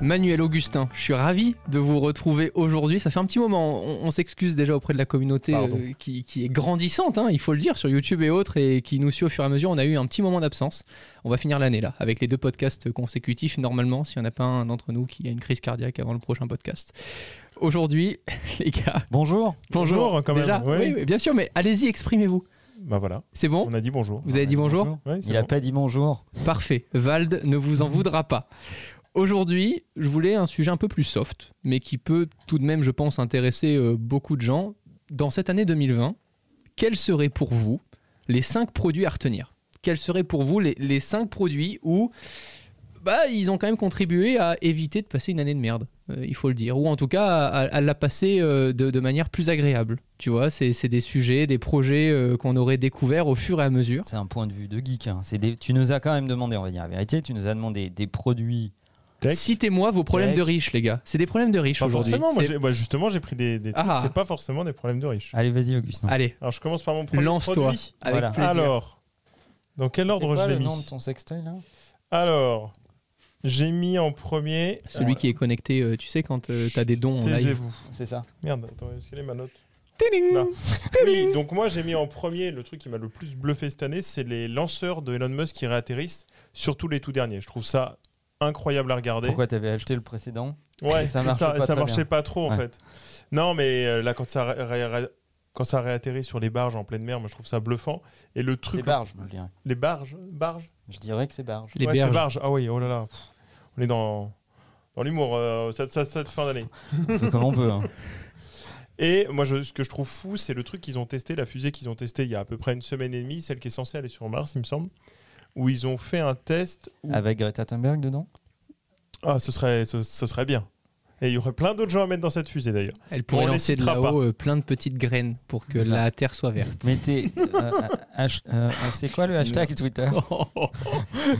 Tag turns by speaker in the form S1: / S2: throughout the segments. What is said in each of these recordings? S1: Manuel Augustin. Je suis ravi de vous retrouver aujourd'hui. Ça fait un petit moment. On, on s'excuse déjà auprès de la communauté
S2: Pardon.
S1: euh, qui, qui est grandissante, hein, il faut le dire, sur YouTube et autres, et qui nous suit au fur et à mesure. On a eu un petit moment d'absence. On va finir l'année là, avec les deux podcasts consécutifs, normalement, s'il n'y en a pas un d'entre nous qui a une crise cardiaque avant le prochain podcast. Aujourd'hui, les gars.
S2: Bonjour.
S1: Bonjour,
S3: Bonjour, quand même,
S1: déjà.
S3: oui.
S1: Oui, oui, bien sûr, mais allez-y, exprimez-vous.
S3: Bah voilà,
S1: C'est bon
S3: on a dit bonjour.
S1: Vous avez dit bonjour
S3: Ouais, c'est
S2: Il a
S3: bon.
S2: pas dit bonjour.
S1: Parfait. Vald ne vous en voudra pas. Aujourd'hui, je voulais un sujet un peu plus soft, mais qui peut tout de même, je pense, intéresser euh, beaucoup de gens. Dans cette année 2020, quels seraient pour vous les 5 produits à retenir Quels seraient pour vous les, les 5 produits où bah, ils ont quand même contribué à éviter de passer une année de merde, euh, il faut le dire, ou en tout cas à, à- à la passer euh, de, de manière plus agréable. Tu vois, c'est c'est des sujets, des projets euh, qu'on aurait découverts au fur et à mesure.
S2: C'est un point de vue de geek. hein. C'est des- Tu nous as quand même demandé, on va dire la vérité, tu nous as demandé des produits.
S3: Tech
S1: Citez-moi vos problèmes
S2: Tech.
S1: de riches, les gars. C'est des problèmes de riches
S3: Pas
S1: aujourd'hui.
S3: forcément, moi,
S1: C'est-
S3: j'ai- moi, justement j'ai pris des, des trucs,
S1: Ah.
S3: c'est pas forcément des problèmes de riches.
S2: Allez, vas-y, Augustin.
S1: Allez,
S3: Alors je commence par mon premier
S1: lance-toi.
S3: produit.
S1: Avec
S2: Voilà.
S1: plaisir.
S3: Alors, dans quel ordre je l'ai
S2: le
S3: mis
S2: nom de ton sextoy là
S3: Alors, j'ai mis en premier...
S1: Celui qui est connecté, euh, tu sais, quand euh, t'as des dons en live.
S3: Taisez-vous.
S2: C'est ça.
S3: Merde, attends, est-ce qu'elle est ma note
S1: Tiding
S3: Là. Oui, donc moi j'ai mis en premier le truc qui m'a le plus bluffé cette année, c'est les lanceurs de Elon Musk qui réatterrissent, surtout les tout derniers. Je trouve ça incroyable à regarder.
S2: Pourquoi t'avais acheté le précédent
S3: Ouais,
S2: Et ça
S3: ça,
S2: marchait
S3: ça,
S2: pas très
S3: marchait
S2: bien.
S3: pas trop en
S2: Ouais.
S3: fait. Non, mais euh, là, quand ça, ré- ré- ré- quand ça réatterrit sur les barges en pleine mer, moi je trouve ça bluffant. Et le
S2: C'est
S3: truc.
S2: barge, je dirais.
S3: Les barges Barges
S2: Je dirais que c'est barge.
S1: Les
S3: Ouais, c'est
S1: berges.
S3: barges. Ah oui, oh là là. Pff, On est dans, dans l'humour euh, cette, cette- cette fin d'année.
S2: On fait comme on peut. hein.
S3: Et moi, je- ce que je trouve fou, c'est le truc qu'ils ont testé, la fusée qu'ils ont testée il y a à peu près une semaine et demie, celle qui est censée aller sur Mars, il me semble, où ils ont fait un test où.
S2: Avec Greta Thunberg dedans
S3: Ah, ce serait, ce, ce serait bien. Et il y aurait plein d'autres gens à mettre dans cette fusée d'ailleurs.
S1: Elle pourrait
S3: On les
S1: lancer de
S3: citera
S1: là-haut euh, plein de petites graines pour que
S2: C'est ça.
S1: la terre soit verte.
S2: Mais t'es. euh, H- euh, c'est quoi le hashtag Twitter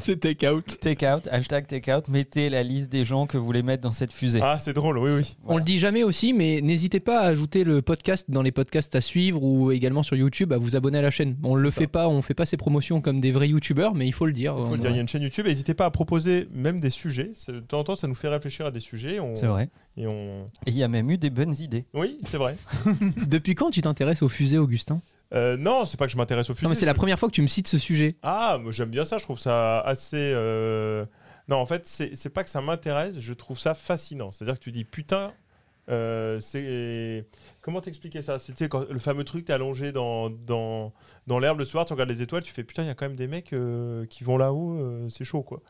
S1: c'est take out.
S2: Take out, hashtag take out, mettez la liste des gens que vous voulez mettre dans cette fusée.
S3: Ah, c'est drôle, oui, oui.
S1: On
S2: Voilà.
S1: le dit jamais aussi, mais n'hésitez pas à ajouter le podcast dans les podcasts à suivre ou également sur YouTube à vous abonner à la chaîne. On le
S3: ça.
S1: fait pas, on fait pas ces promotions comme des vrais YouTubeurs, mais il faut le dire.
S3: Faut
S1: On-
S3: le dire, il y a une chaîne YouTube. N'hésitez pas à proposer même des sujets. C'est- De temps en temps, ça nous fait réfléchir à des sujets. On...
S2: C'est vrai.
S3: Et on...
S2: Et il y a même eu des bonnes idées.
S3: Oui, c'est vrai.
S1: Depuis quand tu t'intéresses aux fusées, Augustin
S3: Euh, non, c'est pas que je m'intéresse aux fusées.
S1: Non, mais c'est la première fois que tu me cites ce sujet.
S3: Ah, moi, j'aime bien ça. Je trouve ça assez. euh, Non, en fait, c'est c'est pas que ça m'intéresse. Je trouve ça fascinant. C'est-à-dire que tu dis putain. euh, c'est comment t'expliquer ça C'était quand le fameux truc t'es allongé dans dans, dans l'herbe le soir, tu regardes les étoiles, tu fais putain, il y a quand même des mecs euh, qui vont là-haut, euh, c'est chaud quoi.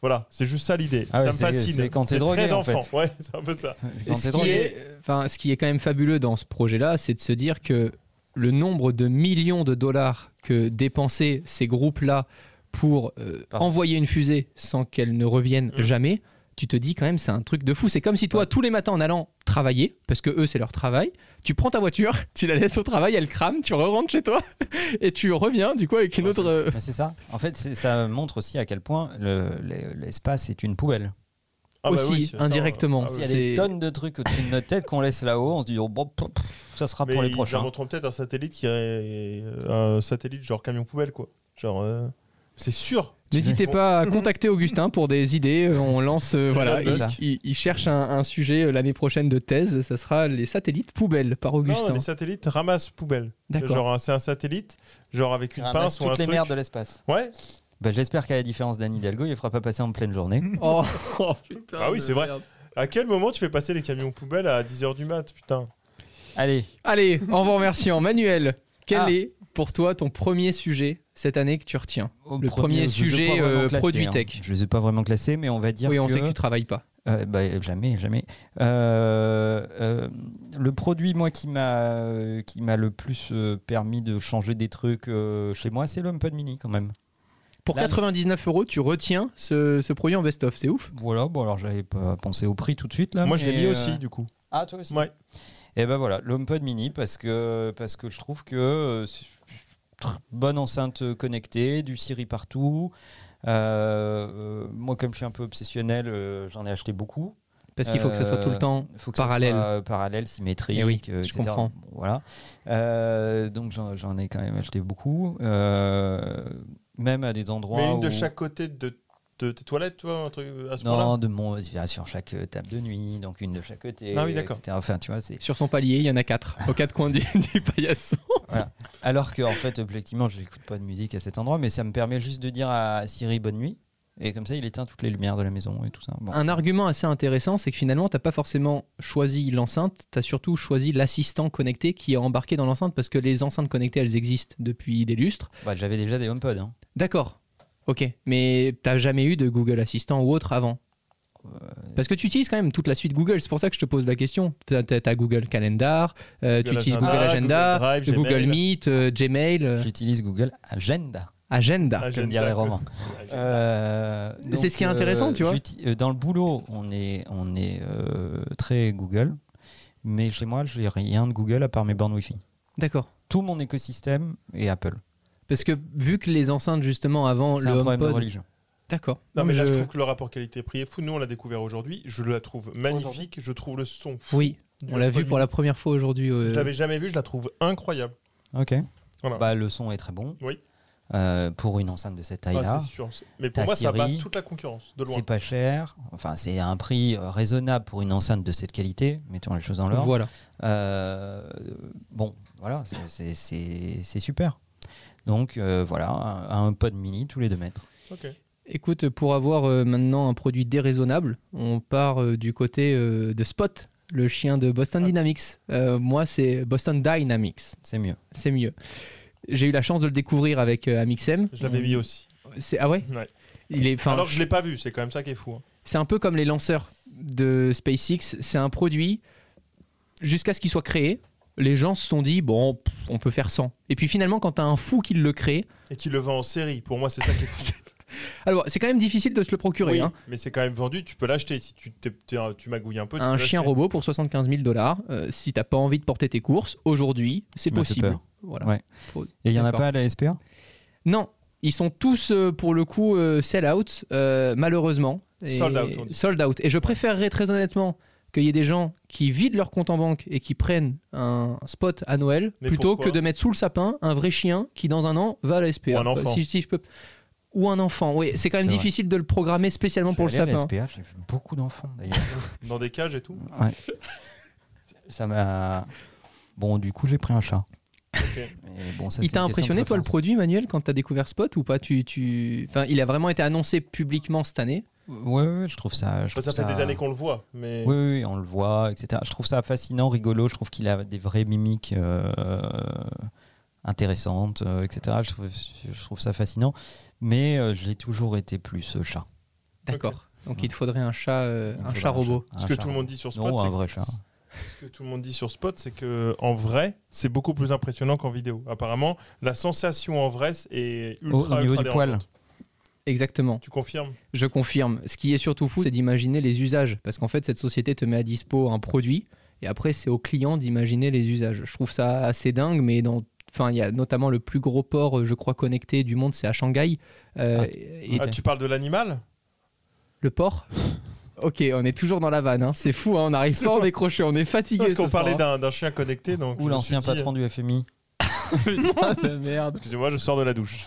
S3: Voilà, c'est juste ça l'idée.
S2: Ah ouais,
S3: ça me
S2: c'est-
S3: fascine.
S2: c'est quand t'es drogué,
S3: très
S2: en
S3: enfant. Ouais, c'est un peu ça.
S2: C'est quand
S1: ce,
S2: t'es
S1: qui
S2: drôle.
S1: est, enfin, ce qui est quand même fabuleux dans ce projet-là, c'est de se dire que le nombre de millions de dollars que dépensaient ces groupes-là pour euh,
S2: Pardon. Mmh.
S1: envoyer une fusée sans qu'elle ne revienne
S3: Mhm.
S1: jamais, tu te dis quand même c'est un truc de fou. C'est comme si toi,
S2: Ouais.
S1: tous les matins en allant travailler, parce que eux c'est leur travail, tu prends ta voiture, tu la laisses au travail, elle crame, tu re-rentres chez toi et tu reviens du coup avec une
S3: Ouais,
S1: autre... euh,
S2: Mais c'est ça. En fait, c'est- ça montre aussi à quel point le- le- l'espace est une poubelle.
S3: Ah bah
S1: Aussi,
S3: oui, c'est ça,
S1: indirectement.
S3: ouais. Ah
S2: Il
S3: oui.
S2: y a
S1: C'est-
S2: des tonnes de trucs au-dessus de notre tête qu'on laisse là-haut. On se dit, oh, bon, pop, ça sera
S3: Mais
S2: pour les
S3: ils
S2: prochains.
S3: inventeront peut-être un satellite qui est un satellite genre camion poubelle quoi. Genre euh, c'est sûr.
S1: N'hésitez
S3: Bon.
S1: pas à contacter Augustin pour des idées. Euh, On lance, euh, voilà,
S3: Elon
S1: il,
S3: Musk.
S1: il- il cherche un, un sujet euh, l'année prochaine de thèse. Ça sera les satellites poubelles par
S3: Non,
S1: Augustin.
S3: les satellites ramassent poubelle.
S1: D'accord.
S3: Genre un- c'est un satellite genre avec
S2: Qui
S3: une
S2: ramasse
S3: pince ou un
S2: toutes les
S3: truc.
S2: merdes de l'espace.
S3: Ouais.
S2: Bah, J'espère qu'à la différence d'Anne Hidalgo, il ne fera pas passer en pleine journée.
S1: Oh, oh, putain.
S3: Ah oui,
S1: de
S3: c'est vrai.
S1: merde.
S3: À quel moment tu fais passer les camions poubelles à 10h du mat, putain
S2: Allez,
S1: Allez, en vous remerciant, Manuel. Quel
S2: Ah.
S1: est pour toi ton premier sujet cette année que tu retiens
S2: au
S1: Le premier
S2: je les ai
S1: sujet,
S2: pas vraiment
S1: euh,
S2: classés,
S1: produit
S2: hein.
S1: tech.
S2: Je ne les ai pas vraiment classés, mais on va dire
S1: Oui, on
S2: que...
S1: sait que tu travailles pas.
S2: Euh, bah, jamais, jamais. Euh, euh, le produit, moi, qui m'a euh, qui m'a le plus euh, permis de changer des trucs euh, chez moi, c'est l'HomePod Mini quand même.
S1: Pour
S2: Là,
S1: 99 euros, tu retiens ce, ce produit en best-of. C'est ouf.
S2: Voilà, bon alors j'avais pas pensé au prix tout de suite là.
S3: Moi je l'ai
S2: mais,
S3: mis
S2: euh,
S3: aussi du coup.
S2: Ah toi aussi.
S3: Ouais.
S2: Et ben voilà, l'HomePod Mini parce que parce que je trouve que euh, c'est- tr- bonne enceinte connectée, du Siri partout. Euh, euh, moi, comme je suis un peu obsessionnel, euh, j'en ai acheté beaucoup.
S1: Parce qu'il faut que ça soit tout le
S2: Euh,
S1: temps.
S2: faut que
S1: Parallèle.
S2: Ça soit, euh, parallèle, symétrique,
S1: Eh oui,
S2: euh,
S1: je
S2: etc.
S1: comprends.
S2: Bon, voilà. Euh, donc j'en j'en ai quand même acheté beaucoup. Euh, même à des endroits
S3: Mais une de
S2: où-
S3: chaque côté de de tes toilettes, toi, un truc à ce moment-là
S2: Non, de mon sur chaque euh, table de nuit, donc une de chaque côté.
S3: Ah oui, d'accord.
S2: etc. Enfin, tu vois, c'est.
S1: Sur son palier, il y en a quatre, aux quatre coins du, du paillasson.
S2: Alors que, en fait, objectivement, je n'écoute pas de musique à cet endroit, mais ça me permet juste de dire à Siri bonne nuit. Et comme ça, il éteint toutes les lumières de la maison et tout ça. Bon.
S1: Un argument assez intéressant, c'est que finalement, t'as pas forcément choisi l'enceinte, t'as surtout choisi l'assistant connecté qui est embarqué dans l'enceinte parce que les enceintes connectées, elles existent depuis des lustres.
S2: Bah, J'avais déjà des HomePod. hein.
S1: D'accord, ok, mais t'as jamais eu de Google Assistant ou autre avant
S2: Euh,
S1: parce que tu utilises quand même toute la suite Google, c'est pour ça que je te pose la question. T'as as Google Calendar, euh, tu
S3: Google
S1: utilises
S3: Agenda,
S1: Google Agenda,
S3: Google Drive,
S1: Google
S3: Gmail.
S1: Meet, euh, Gmail, euh,
S2: J'utilise Google Agenda,
S1: Agenda.
S3: Ah,
S2: comme
S3: j'aime
S2: dirait
S3: pas.
S2: Romain. Euh,
S1: C'est ce qui est intéressant, tu vois.
S2: j'uti- euh, Dans le boulot, on est, on est euh, très Google, mais chez moi, j'ai rien de Google à part mes bornes Wi-Fi.
S1: D'accord.
S2: Tout mon écosystème est Apple.
S1: Parce que vu que les enceintes justement avant
S2: C'est
S1: le
S2: un problème de
S1: HomePod-
S2: religion.
S1: D'accord.
S3: Non, mais là,
S1: Je-
S3: je trouve que le rapport qualité-prix est fou. Nous, on l'a découvert aujourd'hui. Je la trouve magnifique. Je trouve le son. fou.
S1: Oui,
S3: du
S1: on l'a vu
S3: HomePod
S1: pour la première fois aujourd'hui. euh,
S3: mini. Je l'avais jamais vu. Je la trouve incroyable.
S2: Ok.
S3: Voilà.
S2: Bah, le son est très bon.
S3: Oui.
S2: Euh, pour une enceinte de cette
S3: Ah,
S2: taille-là,
S3: c'est sûr. C'est- Mais
S2: T'as
S3: pour moi, ça bat
S2: Siri.
S3: toute la concurrence, de loin.
S2: c'est pas cher. Enfin, c'est un prix euh, raisonnable pour une enceinte de cette qualité. Mettons les choses dans l'ordre.
S1: Voilà.
S2: Euh, bon, voilà, c'est- c'est- c'est c'est super. Donc euh, voilà, un, un pod mini tous les deux mètres.
S3: Ok.
S1: Écoute, pour avoir euh, maintenant un produit déraisonnable, on part euh, du côté euh, de Spot, le chien de Boston
S3: Ah.
S1: Dynamics. Euh, moi, c'est Boston Dynamics.
S2: C'est mieux.
S1: C'est mieux. J'ai eu la chance de le découvrir avec euh, Amixem.
S3: Je l'avais
S1: On-
S3: mis aussi.
S1: C'est- Ah ouais
S3: Ouais.
S1: Il est. 'fin,
S3: Alors que je l'ai pas vu. C'est quand même ça qui est fou. hein.
S1: C'est un peu comme les lanceurs de SpaceX. C'est un produit, jusqu'à ce qu'il soit créé, les gens se sont dit, bon, pff, on peut faire 100. Et puis finalement, quand tu as un fou qui le crée,
S3: Et qui le vend en série. Pour moi, c'est ça qui est fou.
S1: alors c'est quand même difficile de se le procurer.
S3: Oui,
S1: hein.
S3: Mais c'est quand même vendu. Tu peux l'acheter. Si tu, t'es- t'es un- tu magouilles un peu, tu
S1: Un
S3: peux
S1: chien
S3: l'acheter.
S1: robot pour 75 000 dollars, euh, si t'as pas envie de porter tes courses, aujourd'hui, c'est
S2: Tu m'as fait
S1: possible.
S2: peur.
S1: Voilà.
S2: Ouais.
S1: Faut-
S2: Et il n'y en a
S1: D'accord.
S2: pas à la SPA
S1: Non, ils sont tous euh, pour le coup euh, sell out, euh, malheureusement. Et-
S3: Sold out, on dit.
S1: Sold out. Et je préférerais très honnêtement qu'il y ait des gens qui vident leur compte en banque et qui prennent un spot à Noël
S3: Mais
S1: plutôt que
S3: pourquoi
S1: de mettre sous le sapin un vrai chien qui dans un an va à la SPA.
S3: Ou un enfant.
S1: Euh, Si, si je peux. Ou un enfant, oui. C'est quand même
S2: C'est vrai.
S1: difficile de le programmer spécialement pour le
S2: Je suis allé à
S1: sapin.
S2: la SPA, j'ai vu beaucoup d'enfants d'ailleurs.
S3: Dans des cages et tout.
S2: Ouais. Ça m'a. Bon, du coup, j'ai pris un chat. Mais bon, ça,
S1: Il
S2: c'est
S1: t'a
S2: une question de
S1: impressionné, toi, le
S2: préférence.
S1: produit, Manuel, quand t'as découvert Spot ou pas tu, tu... Enfin, Il a vraiment été annoncé publiquement cette année.
S2: ouais, ouais, ouais, je trouve ça. Je
S3: Enfin, ça,
S2: trouve
S3: fait des années qu'on le voit. Mais
S2: Oui, oui, on le voit, etc. Je trouve ça fascinant, rigolo. Je trouve qu'il a des vraies mimiques euh, intéressantes, euh, etc. Je trouve, je trouve ça fascinant. Mais euh, j'ai toujours été plus euh, chat.
S1: D'accord. Donc il te faudrait un chat, euh,
S2: Il me
S1: un
S2: faudrait
S1: chat robot.
S3: ce
S2: Ah,
S3: que tout le monde dit sur Spot,
S2: Non,
S3: c'est
S2: un
S3: que-
S2: vrai chat.
S3: Ce que tout le monde dit sur Spot, c'est que en vrai, c'est beaucoup plus impressionnant qu'en vidéo. Apparemment, la sensation en vrai est ultra,
S2: Au- au niveau
S3: ultra
S2: du poil.
S3: dérangeante.
S1: Exactement.
S3: Tu confirmes
S1: Je confirme. Ce qui est surtout fou, c'est d'imaginer les usages. Parce qu'en fait, cette société te met à dispo un produit et après, c'est au client d'imaginer les usages. Je trouve ça assez dingue, mais dans. Enfin, il y a notamment le plus gros port, euh, je crois, connecté du monde, c'est à Shanghai. Euh,
S2: Ah.
S1: et
S3: Ah, tu parles de l'animal
S1: Le port Ok, on est toujours dans la vanne. hein. C'est fou, hein, on n'arrive pas à en décrocher. On est fatigué.
S3: Parce
S1: ce
S3: qu'on
S1: soir,
S3: parlait
S1: hein.
S3: d'un d'un chien connecté, donc. je
S2: Ou
S3: me
S2: l'ancien
S3: suis dit-
S2: patron du FMI.
S1: Putain de merde.
S3: Excusez-moi, je sors de la douche.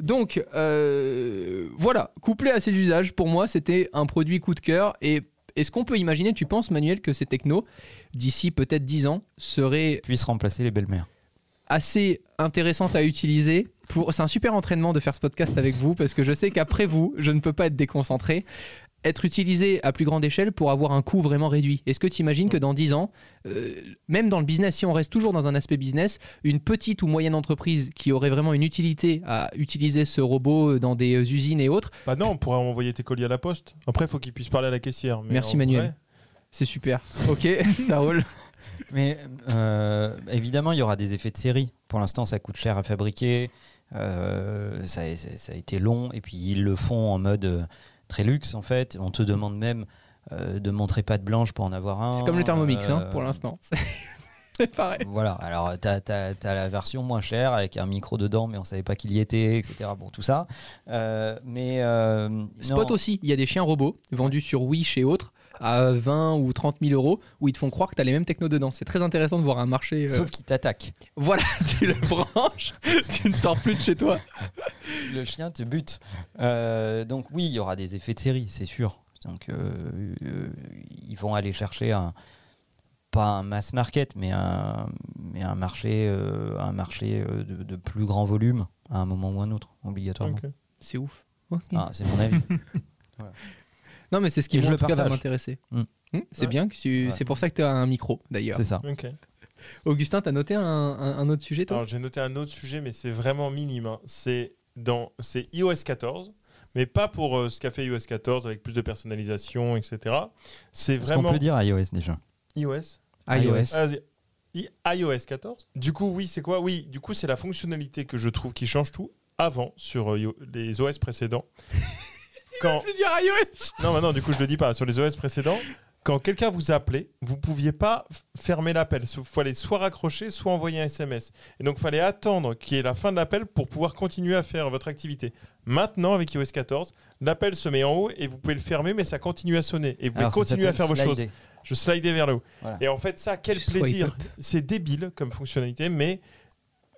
S1: Donc, euh, voilà, couplé à ces usages, pour moi, c'était un produit coup de cœur. Et est-ce qu'on peut imaginer, tu penses, Manuel, que ces technos, d'ici peut-être 10 ans, seraient
S2: Puisse remplacer les belles-mères.
S1: assez intéressantes à utiliser pour... C'est un super entraînement de faire ce podcast avec vous, parce que je sais qu'après vous, je ne peux pas être déconcentré. Être utilisé à plus grande échelle pour avoir un coût vraiment réduit. Est-ce que tu imagines que dans 10 ans, euh, même dans le business, si on reste toujours dans un aspect business, une petite ou moyenne entreprise qui aurait vraiment une utilité à utiliser ce robot dans des euh, usines et autres,
S3: Bah non, on pourrait envoyer tes colis à la poste. Après, il faut qu'il puisse parler à la caissière. mais
S1: Merci,
S3: en
S1: Manuel.
S3: vrai-
S1: c'est super. Ok, ça roule.
S2: Mais euh, évidemment, il y aura des effets de série. Pour l'instant, ça coûte cher à fabriquer. euh, ça, a- ça- ça a été long. Et puis, ils le font en mode euh, très luxe, en fait. On te demande même euh, de montrer pas de blanche pour en avoir un.
S1: C'est comme le Thermomix hein,
S2: Euh,
S1: pour l'instant. C'est pareil.
S2: Voilà, alors t'as as, la version moins chère avec un micro dedans, mais on savait pas qu'il y était, etc. Bon, tout ça. Euh, mais. euh,
S1: Spot
S2: non.
S1: aussi, il y a des chiens robots vendus sur Wish et autres à 20 ou 30 000 euros où ils te font croire que tu as les mêmes technos dedans. C'est très intéressant de voir un marché. euh,
S2: Sauf qu'il t'attaque.
S1: Voilà, tu le branches, tu ne sors plus de chez toi.
S2: Le chien te bute. Euh, donc, oui, il y aura des effets de série, c'est sûr. Donc, euh, euh, ils vont aller chercher un. Pas un mass market, mais un, mais un marché, euh, un marché euh, de, de plus grand volume à un moment ou un autre, obligatoirement.
S3: Ok.
S1: C'est ouf.
S2: Ah, c'est mon avis.
S1: Non, mais c'est ce qui
S2: Et
S1: moi,
S2: je
S1: en
S2: le
S1: tout cas, va
S2: partage.
S1: m'intéresser.
S2: Mm.
S1: Mm, c'est
S3: Ouais.
S1: bien, que tu-
S2: Ouais.
S1: c'est pour ça que tu as un micro d'ailleurs.
S2: c'est ça.
S3: Ok.
S1: Augustin, t'as noté un, un- un autre sujet toi
S3: Alors j'ai noté un autre sujet, mais c'est vraiment minime. hein. C'est dans c'est iOS 14, mais pas pour euh, ce qu'a fait iOS 14 avec plus de personnalisation, etc. C'est
S2: Est-ce qu'on
S3: vraiment
S2: peut dire iOS déjà
S3: iOS.
S2: iOS.
S3: Ah, vas-y. I- iOS 14. Du coup, oui, c'est quoi Oui, du coup, c'est la fonctionnalité que je trouve qui change tout avant sur euh, io- les OS précédents. Quand
S1: Je veux dire iOS
S3: non, mais non, du coup, je le dis pas. Sur les OS précédents, quand quelqu'un vous appelait, vous pouviez pas f- fermer l'appel. Il fallait soit raccrocher, soit envoyer un SMS. Et donc, il fallait attendre qu'il y ait la fin de l'appel pour pouvoir continuer à faire votre activité. Maintenant, avec iOS 14, l'appel se met en haut et vous pouvez le fermer, mais ça continue à sonner. Et vous pouvez
S2: Alors, ça
S3: continuer à
S2: s'appelle
S3: faire vos choses.
S2: slider.
S3: Je slidais vers le haut.
S2: Voilà.
S3: Et en fait, ça, quel
S1: Swipe
S3: plaisir.
S1: up.
S3: C'est débile comme fonctionnalité, mais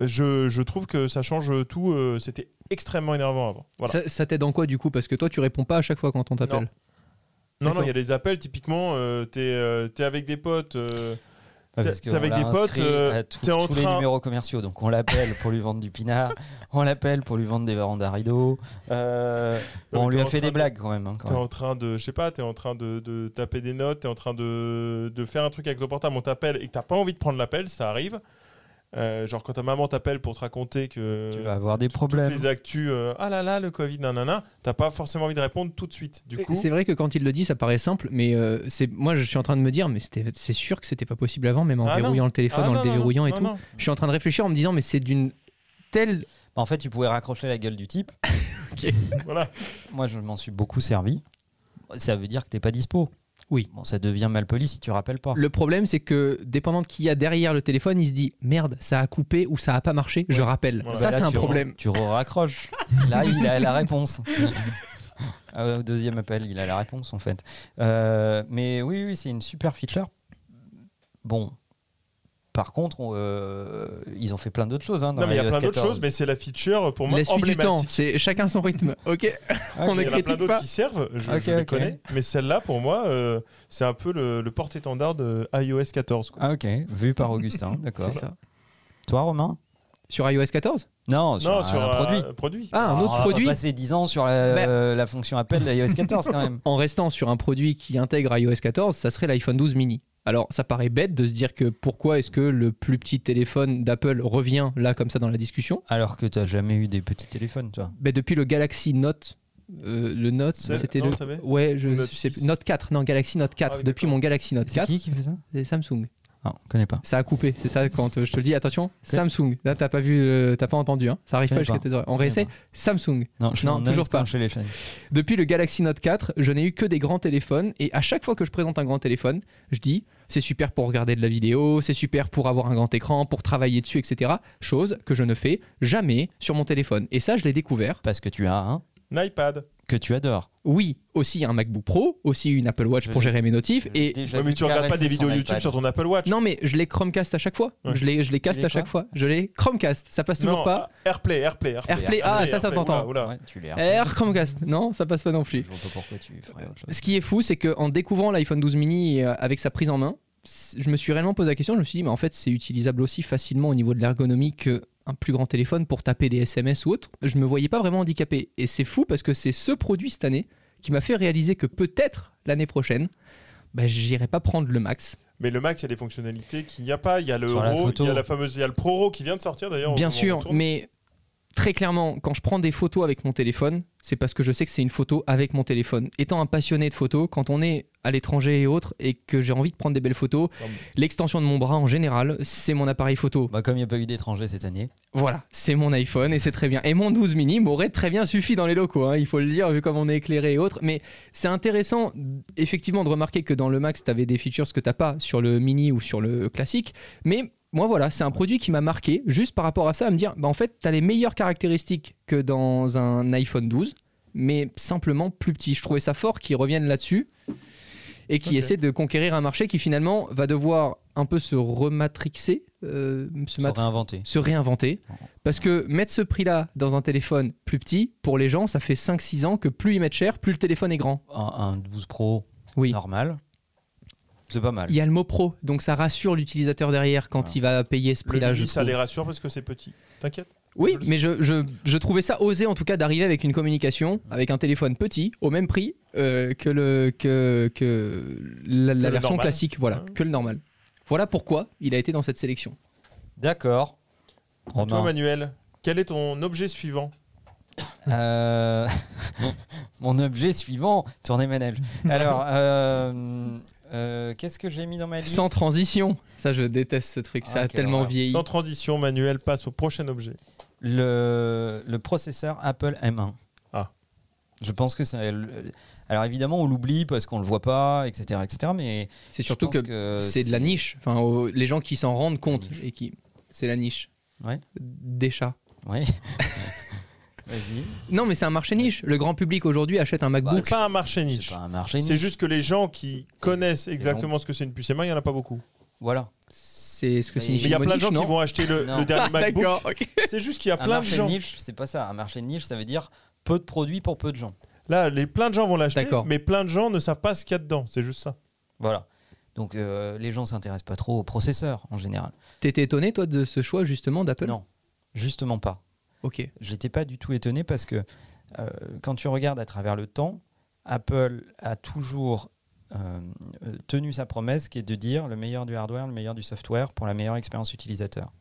S3: je, je trouve que ça change tout. euh, C'était extrêmement énervant avant. Voilà.
S1: Ça, ça t'aide en quoi du coup Parce que toi, tu réponds pas à chaque fois quand on t'appelle.
S3: Non, non,
S1: D'accord.
S3: il y a des appels, typiquement, euh, t'es euh, t'es avec des potes. euh,
S2: Ouais,
S3: T'es-
S2: parce que
S3: t'es
S2: on
S3: avec
S2: l'a
S3: des potes,
S2: inscrit
S3: euh,
S2: à tout-
S3: t'es en
S2: tous les
S3: train-
S2: numéros commerciaux. Donc on l'appelle pour lui vendre du pinard, on l'appelle pour lui vendre des vérandas rideaux. Euh,
S3: Non,
S2: bon, on
S3: mais
S2: lui
S3: t'es
S2: a
S3: en
S2: fait
S3: train
S2: des
S3: de-
S2: blagues quand même. hein, quand
S3: T'es
S2: même.
S3: en train de, je sais pas, t'es en train de, de taper des notes, t'es en train de, de faire un truc avec ton portable, on t'appelle et que t'as pas envie de prendre l'appel, ça arrive. Euh, genre quand ta maman t'appelle pour te raconter que
S2: Tu vas avoir des
S3: Euh, toutes
S2: problèmes.
S1: hein.
S3: les actus, euh, ah là là, le Covid, nanana, t'as pas forcément envie de répondre tout de suite. Du coup,
S1: C'est vrai que quand il le dit, ça paraît simple, mais euh, c'est moi, je suis en train de me dire, mais c'était- c'est sûr que c'était pas possible avant, même en
S3: Ah, non.
S1: verrouillant le téléphone, en
S3: Ah, non,
S1: le
S3: non,
S1: déverrouillant et
S3: non,
S1: tout.
S3: non.
S1: Je suis en train de réfléchir en me disant, mais c'est d'une telle.
S2: Bah, En fait, tu pouvais raccrocher la gueule du type.
S3: voilà.
S2: Moi, je m'en suis beaucoup servi. Ça veut dire que t'es pas dispo.
S1: Oui.
S2: Bon, ça devient malpoli si tu rappelles
S3: Ah.
S2: pas.
S1: Le problème, c'est que dépendant de qui il y a derrière le téléphone, il se dit, merde, ça a coupé ou ça a pas marché, je rappelle.
S3: Voilà.
S1: Ça,
S2: Bah là,
S1: c'est un
S2: tu re-
S1: problème.
S2: Tu raccroches. Là, il a la réponse. Ah ouais, Au deuxième appel, il a la réponse en fait. Euh, mais oui, oui, c'est une super feature. Bon. Par contre, on, euh, ils ont fait plein d'autres choses. Hein, dans
S3: Non, mais il y a
S2: iOS
S3: plein d'autres
S2: 14.
S3: choses, mais c'est la feature euh, pour moi
S1: La suite du temps,
S3: emblématique.
S1: c'est chacun son rythme. Ok,
S2: Ah,
S1: on
S3: Il
S1: ne
S3: y en a plein
S1: critique
S3: d'autres
S1: pas.
S3: qui servent, je, je
S2: Ok,
S3: les
S2: ok.
S3: connais, mais celle-là, pour moi, euh, c'est un peu le, le porte-étendard de iOS 14. quoi.
S2: Ah, ok. Vu par Augustin, d'accord.
S1: C'est ça.
S2: Toi, Romain
S1: Sur iOS 14
S2: Non, sur,
S3: non,
S2: un,
S3: sur
S2: un Bah. produit.
S1: Ah, un
S2: Alors,
S1: autre
S2: on va pas
S1: produit
S2: passer 10 ans sur la, euh, la fonction appel d'iOS 14 quand même.
S1: En restant sur un produit qui intègre iOS 14, ça serait l'iPhone 12 mini. Alors, ça paraît bête de se dire que pourquoi est-ce que le plus petit téléphone d'Apple revient là comme ça dans la discussion
S2: Alors que t'as jamais eu des petits téléphones, toi.
S1: Ben, Depuis le Galaxy Note, euh, le Note,
S3: C'est-
S1: c'était
S3: non,
S1: le.
S3: t'avais
S1: Ouais, je
S3: Note
S1: sais plus.
S3: 6.
S1: Note 4, non, Galaxy Note 4.
S3: Ah oui,
S1: depuis
S3: d'accord.
S1: mon Galaxy Note
S2: C'est
S1: 4,
S2: qui qui fait ça
S1: c'est Samsung.
S2: Ah, on connaît pas.
S1: Ça a coupé, c'est ça quand euh, je te le dis, attention, Samsung. Là, t'as pas vu, euh, t'as pas entendu, hein. ça arrive
S2: Je
S1: pas
S2: connais
S1: jusqu'à
S2: pas.
S1: tes oreilles. On
S2: connais
S1: réessaie,
S2: pas.
S1: Samsung.
S2: Non, je suis
S1: Non,
S2: en
S1: toujours
S2: Inde comme
S1: pas.
S2: chez les chaînes.
S1: Depuis le Galaxy Note 4, je n'ai eu que des grands téléphones et à chaque fois que je présente un grand téléphone, je dis c'est super pour regarder de la vidéo, c'est super pour avoir un grand écran, pour travailler dessus, etc. Chose que je ne fais jamais sur mon téléphone. Et ça, je l'ai découvert.
S2: Parce que tu as un
S3: iPad.
S2: que tu adores.
S1: Oui, aussi un MacBook Pro, aussi une Apple Watch
S2: Je
S1: pour
S2: l'ai-
S1: gérer mes notifs. Et
S2: Déjà
S3: Ouais, mais
S2: vu
S3: tu regardes pas
S2: caresser
S3: des vidéos
S2: son
S3: YouTube
S2: iPad.
S3: sur ton Apple Watch.
S1: non, mais je les Chromecast à chaque fois.
S3: Ouais.
S1: Je les, je les cast
S2: les
S1: à chaque
S2: quoi
S1: fois. Je les Chromecast. Ça passe toujours
S3: Non,
S1: pas.
S3: ah, AirPlay, AirPlay, AirPlay.
S1: Airplay, ah, ça, ça
S3: Airplay,
S1: t'entend.
S3: oula, oula.
S2: Ouais, tu l'as.
S1: Air Chromecast. Non, ça passe pas non
S2: Je
S1: plus.
S2: vois pas pourquoi tu ferais autre chose.
S1: Ce qui est fou, c'est qu'en découvrant l'iPhone 12 mini euh, avec sa prise en main, c- je me suis réellement posé la question. Je me suis dit, mais en fait, c'est utilisable aussi facilement au niveau de l'ergonomie qu'un plus grand téléphone pour taper des SMS ou autre. Je me voyais pas vraiment handicapé. Et c'est fou parce que c'est ce produit cette année qui m'a fait réaliser que peut-être l'année prochaine, bah, j'irai pas prendre le max.
S3: Mais le Mac, il y a des fonctionnalités qu'il n'y a pas. Il y a le
S2: Sur la
S3: RAW,
S2: photo.
S3: il y a la fameuse, il y a le Pro RAW qui vient de sortir d'ailleurs. au
S1: Bien
S3: moment où on
S1: sûr,
S3: tourne.
S1: mais très clairement, quand je prends des photos avec mon téléphone, c'est parce que je sais que c'est une photo avec mon téléphone. Étant un passionné de photos, quand on est à l'étranger et autres, et que j'ai envie de prendre des belles photos,
S3: Comme-
S1: l'extension de mon bras en général, c'est mon appareil photo.
S2: Bah, comme il n'y a pas eu d'étrangers cette année.
S1: Voilà, c'est mon iPhone et c'est très bien. Et mon 12 mini m'aurait très bien suffi dans les locaux, hein, il faut le dire, vu comme on est éclairé et autres. Mais c'est intéressant, effectivement, de remarquer que dans le Max, tu avais des features que tu pas sur le mini ou sur le classique. Mais moi, voilà, c'est un produit qui m'a marqué, juste par rapport à ça, à me dire, bah, en fait, tu as les meilleures caractéristiques que dans un iPhone 12, mais simplement plus petit. Je trouvais ça fort qu'ils reviennent là-dessus et qui
S3: Ok.
S1: essaient de conquérir un marché qui finalement va devoir un peu se rematrixer, euh, se
S2: Ils
S1: mat-
S2: sont réinventés.
S1: se réinventer. Parce que mettre ce prix-là dans un téléphone plus petit, pour les gens, ça fait 5-6 ans que plus ils mettent cher, plus le téléphone est grand.
S2: Un, un 12 Pro
S1: Oui.
S2: normal, c'est pas mal.
S1: Il y a le mot pro, donc ça rassure l'utilisateur derrière quand
S2: Ah.
S1: il va payer ce
S3: Le
S1: prix-là.
S3: mini,
S1: je
S3: ça
S1: trouve.
S3: les rassure parce que c'est petit. T'inquiète.
S1: Oui,
S3: je le
S1: mais je, je- je trouvais ça osé en tout cas d'arriver avec une communication, avec un téléphone petit, au même prix euh, que, le, que, que la, la
S3: le
S1: version
S3: normal.
S1: classique, voilà,
S3: Ouais.
S1: que le normal. Voilà pourquoi il a été dans cette sélection.
S2: D'accord.
S1: Oh,
S3: Pour toi,
S2: Romain.
S3: Manuel, quel est ton objet suivant
S2: Euh, Mon objet suivant, tournez manège. Alors, euh, euh, qu'est-ce que j'ai mis dans ma liste
S1: Sans transition, ça je déteste ce truc, ça
S2: Ah,
S1: a
S2: quelle
S1: tellement
S2: horreur.
S1: vieilli.
S3: Sans transition, Manuel passe au prochain objet.
S2: le, le processeur Apple M1.
S3: Ah.
S2: Je pense que c'est. le- Alors évidemment, on l'oublie parce qu'on le voit pas, etc., etc. Mais
S1: C'est surtout
S2: je pense
S1: que
S3: Euh,
S1: c'est de la niche. Enfin, au- les gens qui s'en rendent compte et qui, c'est la niche.
S2: Ouais.
S1: Des chats.
S2: Oui. Vas-y.
S1: Non, mais c'est un marché niche. Le grand public aujourd'hui achète un MacBook.
S3: C'est pas un marché
S2: C'est
S3: niche.
S2: pas un marché.
S3: C'est
S2: niche.
S3: juste que les gens qui connaissent exactement ce que c'est une puce M1, il n'y en a pas beaucoup.
S2: Voilà.
S1: c'est ce que
S2: Mais
S1: signifie.
S3: Mais il y a
S1: le mot
S3: plein de gens
S1: niche,
S3: qui
S1: non
S3: vont acheter le,
S2: Non.
S3: le dernier
S1: Ah, D'accord.
S3: MacBook.
S1: ok.
S3: C'est juste qu'il y a
S2: Un
S3: plein de
S2: marché
S3: gens.
S2: niche, c'est pas ça. Un marché de niche, ça veut dire peu de produits pour peu de gens.
S3: Là, les, plein de gens vont l'acheter,
S1: D'accord.
S3: mais plein de gens ne savent pas ce qu'il y a dedans. C'est juste ça.
S2: Voilà. Donc euh, les gens s'intéressent pas trop aux processeurs en général.
S1: T'étais étonné toi de ce choix justement d'Apple
S2: Non, justement pas.
S1: Ok.
S2: J'étais pas du tout étonné parce que euh, quand tu regardes à travers le temps, Apple a toujours euh, euh, tenu sa promesse qui est de dire le meilleur du hardware, le meilleur du software pour la meilleure expérience utilisateur.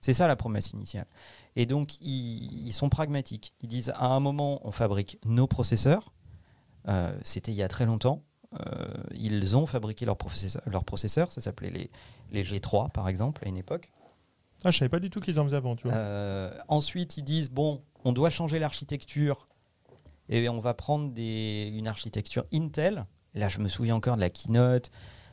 S2: C'est ça la promesse initiale. Et donc ils, ils sont pragmatiques. Ils disent à un moment on fabrique nos processeurs. Euh, C'était il y a très longtemps. Euh, ils ont fabriqué leurs processeurs. Leurs processeurs ça s'appelait les, les G3 par exemple à une époque.
S3: Ah, je savais pas du tout qu'ils en faisaient avant, tu vois.
S2: Euh, ensuite, ils disent bon, on doit changer l'architecture et on va prendre des- une architecture Intel. Là, je me souviens encore de la keynote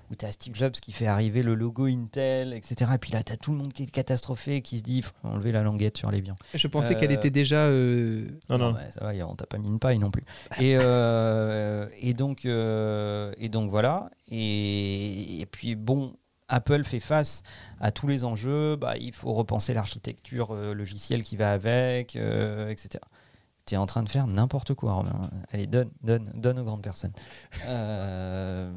S2: où tu as Steve Jobs qui fait arriver le logo Intel, etc. Et puis là, tu as tout le monde qui est catastrophé, qui se dit faut enlever la languette sur les biens.
S1: Je pensais
S2: Euh,
S1: qu'elle était déjà. euh,
S3: non, non.
S2: bah, ça va, y a- on t'a pas mis une paille non plus. Et, euh, et, donc, euh, et donc voilà. Et, et puis bon, Apple fait face à tous les enjeux. Bah, il faut repenser l'architecture euh, logicielle qui va avec, euh, etc. Tu es en train de faire n'importe quoi, Romain. Allez, donne, donne, donne aux grandes personnes. Euh,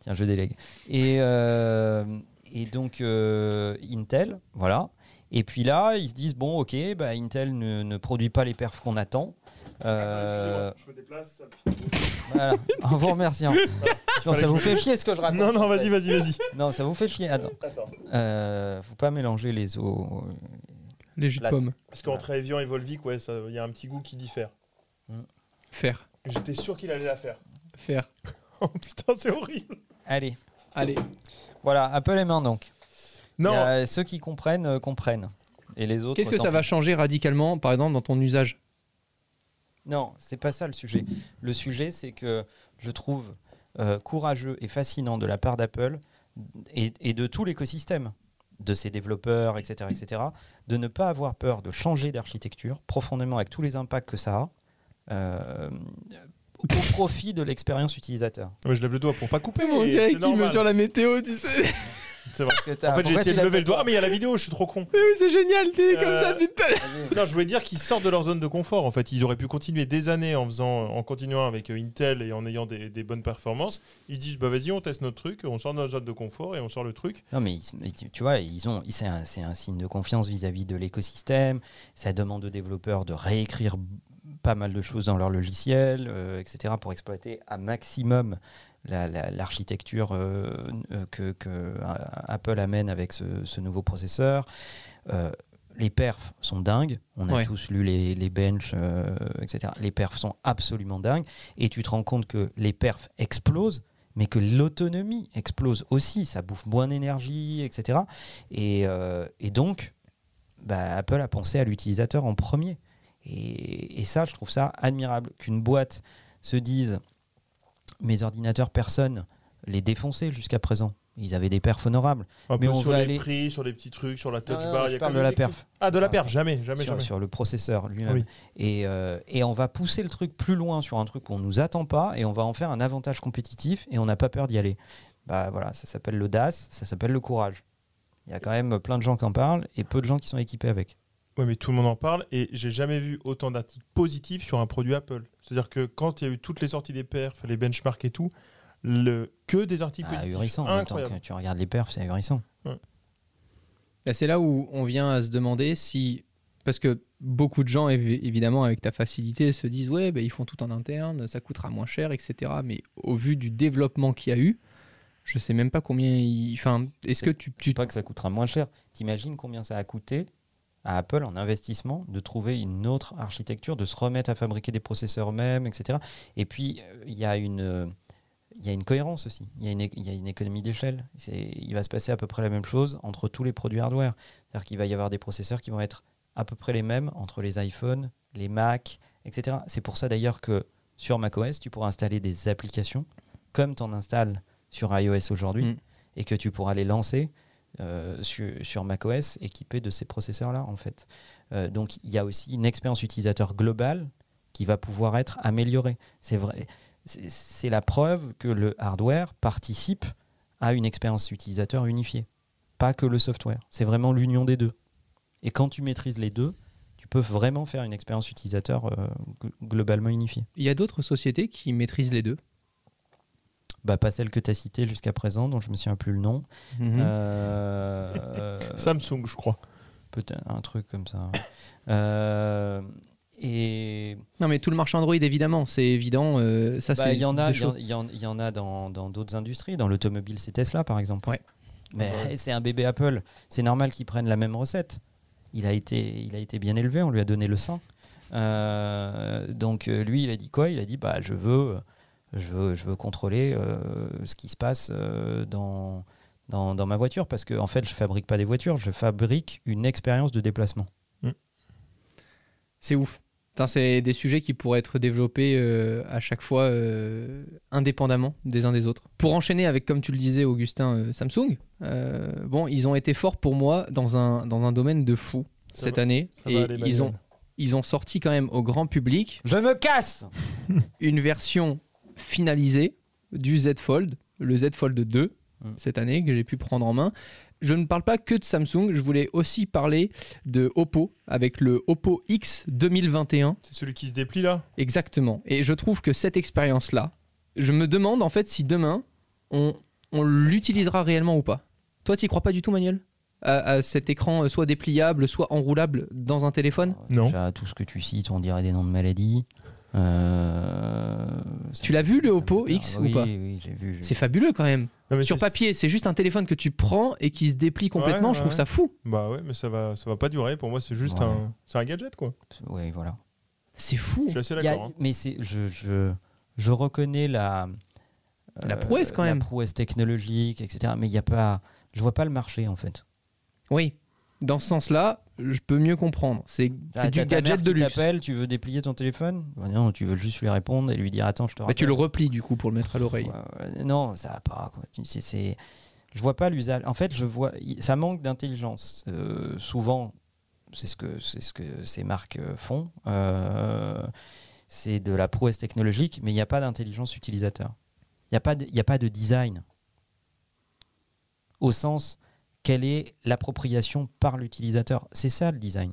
S2: tiens, je délègue. Et, euh, et donc, euh, Intel, voilà. Et puis là, ils se disent bon, ok, bah, Intel ne, ne produit pas les perfs qu'on attend. Euh,
S3: je me déplace.
S2: voilà. En vous remerciant. hein. Non, ça vous fait chier ce que je raconte.
S3: Non, non,
S2: en fait.
S3: vas-y, vas-y, vas-y.
S2: Non, ça vous fait chier. Attends. Euh, faut pas mélanger les eaux.
S1: les jus de
S2: Plate.
S1: pomme.
S3: Parce qu'entre Evian et Volvic, ouais, ça- il y a un petit goût qui diffère.
S1: Faire.
S3: J'étais sûr qu'il allait la faire.
S1: Faire.
S3: Oh putain, c'est horrible.
S2: Allez.
S1: Allez.
S2: Voilà, Apple est main donc.
S3: Non,
S2: Il y a ceux qui comprennent, euh, comprennent. Et les autres.
S1: Qu'est-ce que
S2: tant
S1: ça va
S2: pis.
S1: changer radicalement, par exemple, dans ton usage
S2: Non, c'est pas ça le sujet. Le sujet, c'est que je trouve euh, courageux et fascinant de la part d'Apple et, et de tout l'écosystème, de ses développeurs, etc., etc., de ne pas avoir peur de changer d'architecture profondément avec tous les impacts que ça a. euh, au profit de l'expérience utilisateur.
S3: Ouais, je lève le doigt pour pas couper.
S1: On dirait
S3: Eh, c'est
S1: qu'il
S3: normal.
S1: mesure la météo, tu sais.
S3: C'est vrai.
S2: Parce que t'as-
S3: En
S2: Ah,
S3: fait, j'ai
S2: pourquoi
S3: essayé
S2: tu
S3: de
S2: l'as
S3: lever
S2: fait
S3: le doigt. Ah, mais il y a la vidéo, je suis trop con.
S1: Mais oui, c'est génial, t'es
S3: comme ça
S1: depuis
S3: Non, je voulais dire qu'ils sortent de leur zone de confort. En fait, ils auraient pu continuer des années en faisant, en continuant avec euh, Intel et en ayant des, des bonnes performances. Ils disent, bah vas-y, on teste notre truc, on sort de notre zone de confort et on sort le truc.
S2: Non, mais, ils- mais tu tu vois, ils ont, ils- c'est un, c'est un signe de confiance vis-à-vis de l'écosystème. Ça demande aux développeurs de réécrire b- pas mal de choses dans leur logiciel, euh, etc., pour exploiter à maximum la- la- l'architecture euh, euh, que, que, euh, Apple amène avec ce, ce nouveau processeur. Euh, les perfs sont dingues. On a
S1: Ouais.
S2: tous lu les, les benches, euh, etc. Les perfs sont absolument dingues. Et tu te rends compte que les perfs explosent, mais que l'autonomie explose aussi. Ça bouffe moins d'énergie, etc. Et, euh, et donc, bah, Apple a pensé à l'utilisateur en premier. Et, et ça, je trouve ça admirable qu'une boîte se dise mes ordinateurs, personne les défonçait jusqu'à présent. Ils avaient des perfs honorables.
S3: Un
S2: Mais
S3: peu
S2: on
S3: sur
S2: va
S3: les
S2: aller-
S3: prix, sur les petits trucs, sur la touch
S2: Non, non,
S3: bar. il y
S2: Ah, je
S3: a
S2: parle
S3: quand
S2: de
S3: même
S2: la
S3: des
S2: perf.
S3: trucs. Ah, de la
S2: Ah.
S3: perf, jamais, jamais,
S2: sur,
S3: jamais.
S2: sur le processeur lui-même.
S3: Ah oui.
S2: Et, euh, et on va pousser le truc plus loin sur un truc qu'on nous attend pas et on va en faire un avantage compétitif et on n'a pas peur d'y aller. Bah voilà, ça s'appelle l'audace, ça s'appelle le courage. Il y a quand même plein de gens qui en parlent et peu de gens qui sont équipés avec.
S3: Ouais, mais tout le monde en parle et j'ai jamais vu autant d'articles positifs sur un produit Apple. C'est-à-dire que quand il y a eu toutes les sorties des perfs, les benchmarks et tout, le... que des articles
S2: Ah,
S3: positifs.
S2: ahurissant. En même temps
S3: Incroyable.
S2: que tu regardes les perfs, c'est ahurissant.
S1: Et C'est là où on vient à se demander si. Parce que beaucoup de gens, évi- évidemment, avec ta facilité, se disent Ouais, ben, ils font tout en interne, ça coûtera moins cher, etc. Mais au vu du développement qu'il y a eu, je sais même pas combien. il- Enfin, est-ce que tu. tu-
S2: C'est pas que ça coûtera moins cher. T'imagines combien ça a coûté à Apple en investissement de trouver une autre architecture, de se remettre à fabriquer des processeurs eux-mêmes, etc. Et puis, euh, il y a une... euh, Il y a une cohérence aussi, il y a une, é- il y a une économie d'échelle. C'est- Il va se passer à peu près la même chose entre tous les produits hardware. C'est-à-dire qu'il va y avoir des processeurs qui vont être à peu près les mêmes entre les iPhones, les Mac, etc. C'est pour ça d'ailleurs que sur macOS, tu pourras installer des applications comme tu en installes sur iOS aujourd'hui
S1: Mm.
S2: et que tu pourras les lancer euh, sur, sur macOS équipé de ces processeurs-là, en fait. Euh, donc, il y a aussi une expérience utilisateur globale qui va pouvoir être améliorée. C'est vrai. c'est- C'est la preuve que le hardware participe à une expérience utilisateur unifiée, pas que le software. C'est vraiment l'union des deux. Et quand tu maîtrises les deux, tu peux vraiment faire une expérience utilisateur euh, gl- globalement unifiée.
S1: Il y a d'autres sociétés qui maîtrisent les deux.
S2: Bah, pas celle que tu as citée jusqu'à présent, dont je me souviens plus le nom. Euh,
S3: Samsung, je crois.
S2: peut-être un truc comme ça. Euh, et
S1: Non, mais tout le marché Android, évidemment, c'est évident. euh, ça,
S2: bah,
S1: c'est
S2: il y en a,
S1: des
S2: il y en-
S1: choses-
S2: il y, en- il y en a dans dans d'autres industries. Dans l'automobile, c'est Tesla par exemple.
S1: Ouais.
S2: Mais
S3: Ouais.
S2: c'est un bébé Apple. C'est normal qu'ils prennent la même recette. Il a été, il a été bien élevé. On lui a donné le sein. Euh, donc euh, lui, il a dit quoi Il a dit bah je veux, je veux, je veux contrôler euh, ce qui se passe euh, dans dans, dans ma voiture parce que en fait je fabrique pas des voitures, je fabrique une expérience de déplacement.
S1: C'est ouf. Putain, C'est des sujets qui pourraient être développés euh, à chaque fois euh, indépendamment des uns des autres. Pour enchaîner avec, comme tu le disais, Augustin, euh, Samsung, euh, bon, ils ont été forts pour moi dans un, dans un domaine de fou
S3: Ça
S1: cette
S3: va-
S1: année.
S3: ça va
S1: Et
S3: aller, Manuel.
S1: ils ont, ils ont sorti quand même au grand public
S2: Je me casse
S1: une version finalisée du Z Fold, le Z Fold 2,
S3: Hum.
S2: Mm.
S1: cette année, que j'ai pu prendre en main. Je ne parle pas que de Samsung, je voulais aussi parler de Oppo avec le Oppo X 2021.
S3: C'est celui qui se déplie là
S1: Exactement. Et je trouve que cette expérience-là, je me demande en fait si demain, on, on l'utilisera réellement ou pas. Toi, t'y crois pas du tout, Manuel à, à cet écran euh, soit dépliable, soit enroulable dans un téléphone
S3: Non.
S2: Déjà, tout ce que tu cites, on dirait des noms de maladies. Euh, ça
S1: Tu
S2: me-
S1: l'as vu, le
S2: ça me
S1: Oppo
S2: fait peur.
S1: X,
S2: Ah
S1: ou
S2: oui,
S1: pas
S2: Oui, j'ai vu. j'ai
S1: C'est
S2: vu.
S1: fabuleux quand même.
S3: Non, mais
S1: Sur
S3: c'est-
S1: papier, c'est juste un téléphone que tu prends et qui se déplie complètement.
S3: Ouais,
S1: je trouve
S3: ouais.
S1: ça fou.
S3: Bah ouais, mais ça va, ça va pas durer. Pour moi, c'est juste
S2: Ouais.
S3: un, c'est un gadget quoi.
S2: Ouais, voilà.
S1: C'est fou.
S3: Je suis assez
S2: Il y a-
S3: d'accord. hein.
S2: Mais c'est, je, je, je reconnais la. euh,
S1: La prouesse, quand même.
S2: La prouesse technologique, etc. Mais il n'y a pas. Je vois pas le marché, en fait.
S1: Oui. Dans ce sens-là, je peux mieux comprendre. C'est
S2: T'as-
S1: c'est du
S2: t'as ta mère
S1: gadget de
S2: qui
S1: luxe.
S2: t'appelle, tu veux déplier ton téléphone Bah Non, tu veux juste lui répondre et lui dire Attends, je te
S1: Bah, tu
S2: rappelle.
S1: le replies du coup pour le mettre à l'oreille.
S2: Ouais, ouais, non, ça va pas. Quoi. Tu sais, c'est- Je vois pas l'usage. En fait, je vois, il- ça manque d'intelligence. Euh, souvent, c'est ce que c'est ce que ces marques euh, font. Euh, c'est de la prouesse technologique, mais il n'y a pas d'intelligence utilisateur. Il n'y a pas de- il y a pas de design. Au sens, quelle est l'appropriation par l'utilisateur C'est ça le design.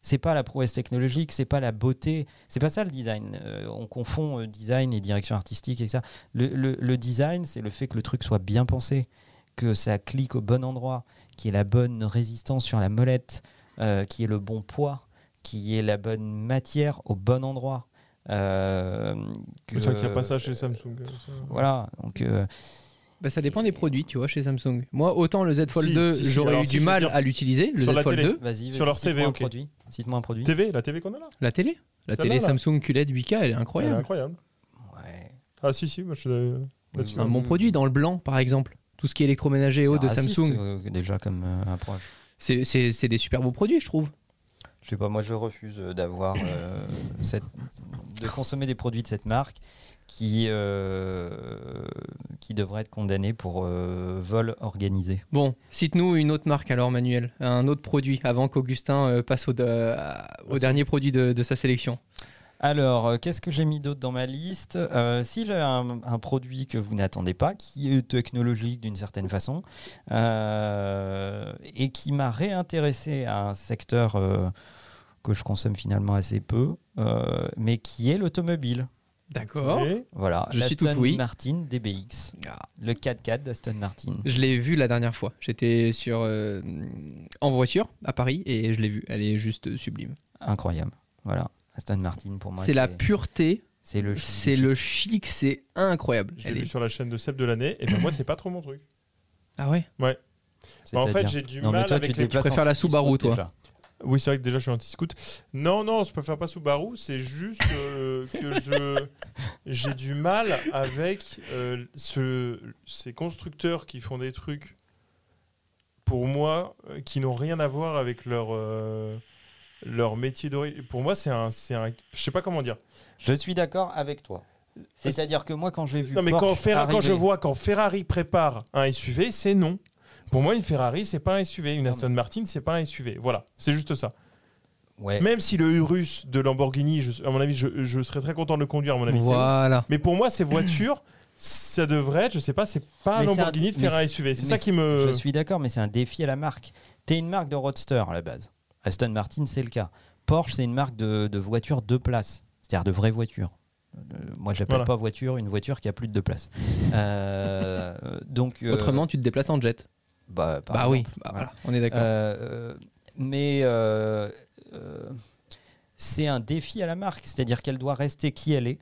S2: C'est pas la prouesse technologique, c'est pas la beauté, c'est pas ça le design. Euh, on confond euh, design et direction artistique et ça. Le, le- le design, c'est le fait que le truc soit bien pensé, que ça clique au bon endroit, qu'il y ait la bonne résistance sur la molette, euh, qu'il y ait le bon poids, qu'il y ait la bonne matière au bon endroit. Euh,
S3: C'est ça qu'il n'y a
S2: que-
S3: pas ça chez Samsung.
S2: voilà, donc euh,
S1: Bah, ça dépend des produits, tu vois, chez Samsung. Moi, autant le Z Fold
S3: Si,
S1: 2,
S3: si, si,
S1: j'aurais
S3: alors,
S1: eu
S3: si,
S1: du
S3: je veux
S1: mal
S3: dire-
S1: à l'utiliser, le
S3: sur
S1: Z
S3: la
S1: Fold
S3: télé.
S1: 2.
S2: Vas-y,
S3: Sur
S2: vas-y,
S3: leur
S2: cite-moi
S3: TV,
S2: un
S3: ok.
S2: produit. Cite-moi un produit.
S3: TV, la TV qu'on a là.
S1: La télé La
S3: Celle-là,
S1: télé
S3: là.
S1: Samsung E QLED 8K, elle est
S3: Elle est
S1: incroyable.
S3: incroyable.
S2: Ouais.
S3: Ah si, si, moi je suis là-dessus.
S1: C'est un bon produit dans le blanc, par exemple. Tout ce qui est électroménager et
S2: C'est
S1: haut de
S2: raciste,
S1: Samsung,
S2: euh, déjà comme euh, approche.
S1: c'est- c'est c'est des super beaux produits, je trouve.
S2: Je sais pas, moi je refuse euh, d'avoir euh, cette, de consommer des produits de cette marque qui euh, qui devraient être condamnés pour euh, vol organisé.
S1: Bon, cite-nous une autre marque alors, Manuel, un autre produit avant qu'Augustin euh, passe au, de- à- au
S3: Passons.
S1: dernier produit de, de sa sélection.
S2: Alors, euh, qu'est-ce que j'ai mis d'autre dans ma liste Euh, Si j'ai un, un produit que vous n'attendez pas, qui est technologique d'une certaine façon, euh, et qui m'a réintéressé à un secteur euh, que je consomme finalement assez peu, euh, mais qui est l'automobile.
S1: D'accord.
S3: Et
S2: Voilà,
S1: Je suis
S2: l'Aston
S1: tout oui.
S2: Martin DBX,
S1: Ah,
S2: le 4x4 d'Aston Martin.
S1: Je l'ai vue la dernière fois. J'étais sur euh, en voiture à Paris et je l'ai vue. Elle est juste sublime.
S2: Incroyable. Voilà, Aston Martin pour moi.
S1: c'est la pureté,
S2: C'est le.
S1: c'est le chic, c'est incroyable.
S3: Je l'ai
S1: Elle
S3: vu
S1: est-
S3: sur la chaîne de Seb de l'année, et ben moi c'est pas trop mon truc.
S1: Ah ouais.
S3: Bah, en fait,
S2: c'est-à-dire-
S3: j'ai du
S2: Non, mais
S3: mal
S2: toi,
S3: avec
S2: tu te
S3: les-
S2: déplaces
S1: Tu préfères
S2: en
S1: la
S2: ski
S1: Subaru,
S2: sport,
S1: toi.
S2: déjà.
S3: Oui, c'est vrai que déjà je suis anti-scoot. Non, non, je préfère pas Subaru, c'est juste euh, que je j'ai du mal avec euh, ce, ces constructeurs qui font des trucs pour moi euh, qui n'ont rien à voir avec leur euh, leur métier d'origine. Pour moi, c'est un c'est un je sais pas comment dire.
S2: Je suis d'accord avec toi. C'est-à-dire que moi, quand j'ai vu.
S3: Non mais
S2: Porsche
S3: quand, Ferra- quand
S2: arriver-
S3: je vois quand Ferrari prépare un SUV, c'est non. Pour moi, une Ferrari, c'est pas un SUV. Une
S2: mais-
S3: Aston Martin, c'est pas un SUV. Voilà, c'est juste ça.
S2: Ouais.
S3: Même si le Urus de Lamborghini, je- à mon avis, je, je serais très content de le conduire, à mon avis. c'est ouf.
S1: Voilà.
S3: Mais pour moi, ces voitures, ça devrait être, je sais pas, c'est pas un
S2: Mais c'est un-
S3: Lamborghini de faire
S2: mais
S3: un SUV. C'est
S2: mais
S3: ça qui
S2: Je
S3: me.
S2: suis d'accord, mais c'est un défi à la marque. T'es une marque de roadster à la base. Aston Martin, c'est le cas. Porsche, c'est une marque de, de voitures deux places, c'est-à-dire de vraies voitures. Euh, moi, j'appelle
S3: Voilà.
S2: pas voiture une voiture qui a plus de deux places. Euh, donc, euh,
S1: Autrement, tu te déplaces en jet.
S2: bah, par
S1: bah
S2: exemple.
S1: oui. Bah voilà, on est d'accord.
S2: Euh, mais euh, euh, c'est un défi à la marque, c'est-à-dire qu'elle doit rester qui elle est,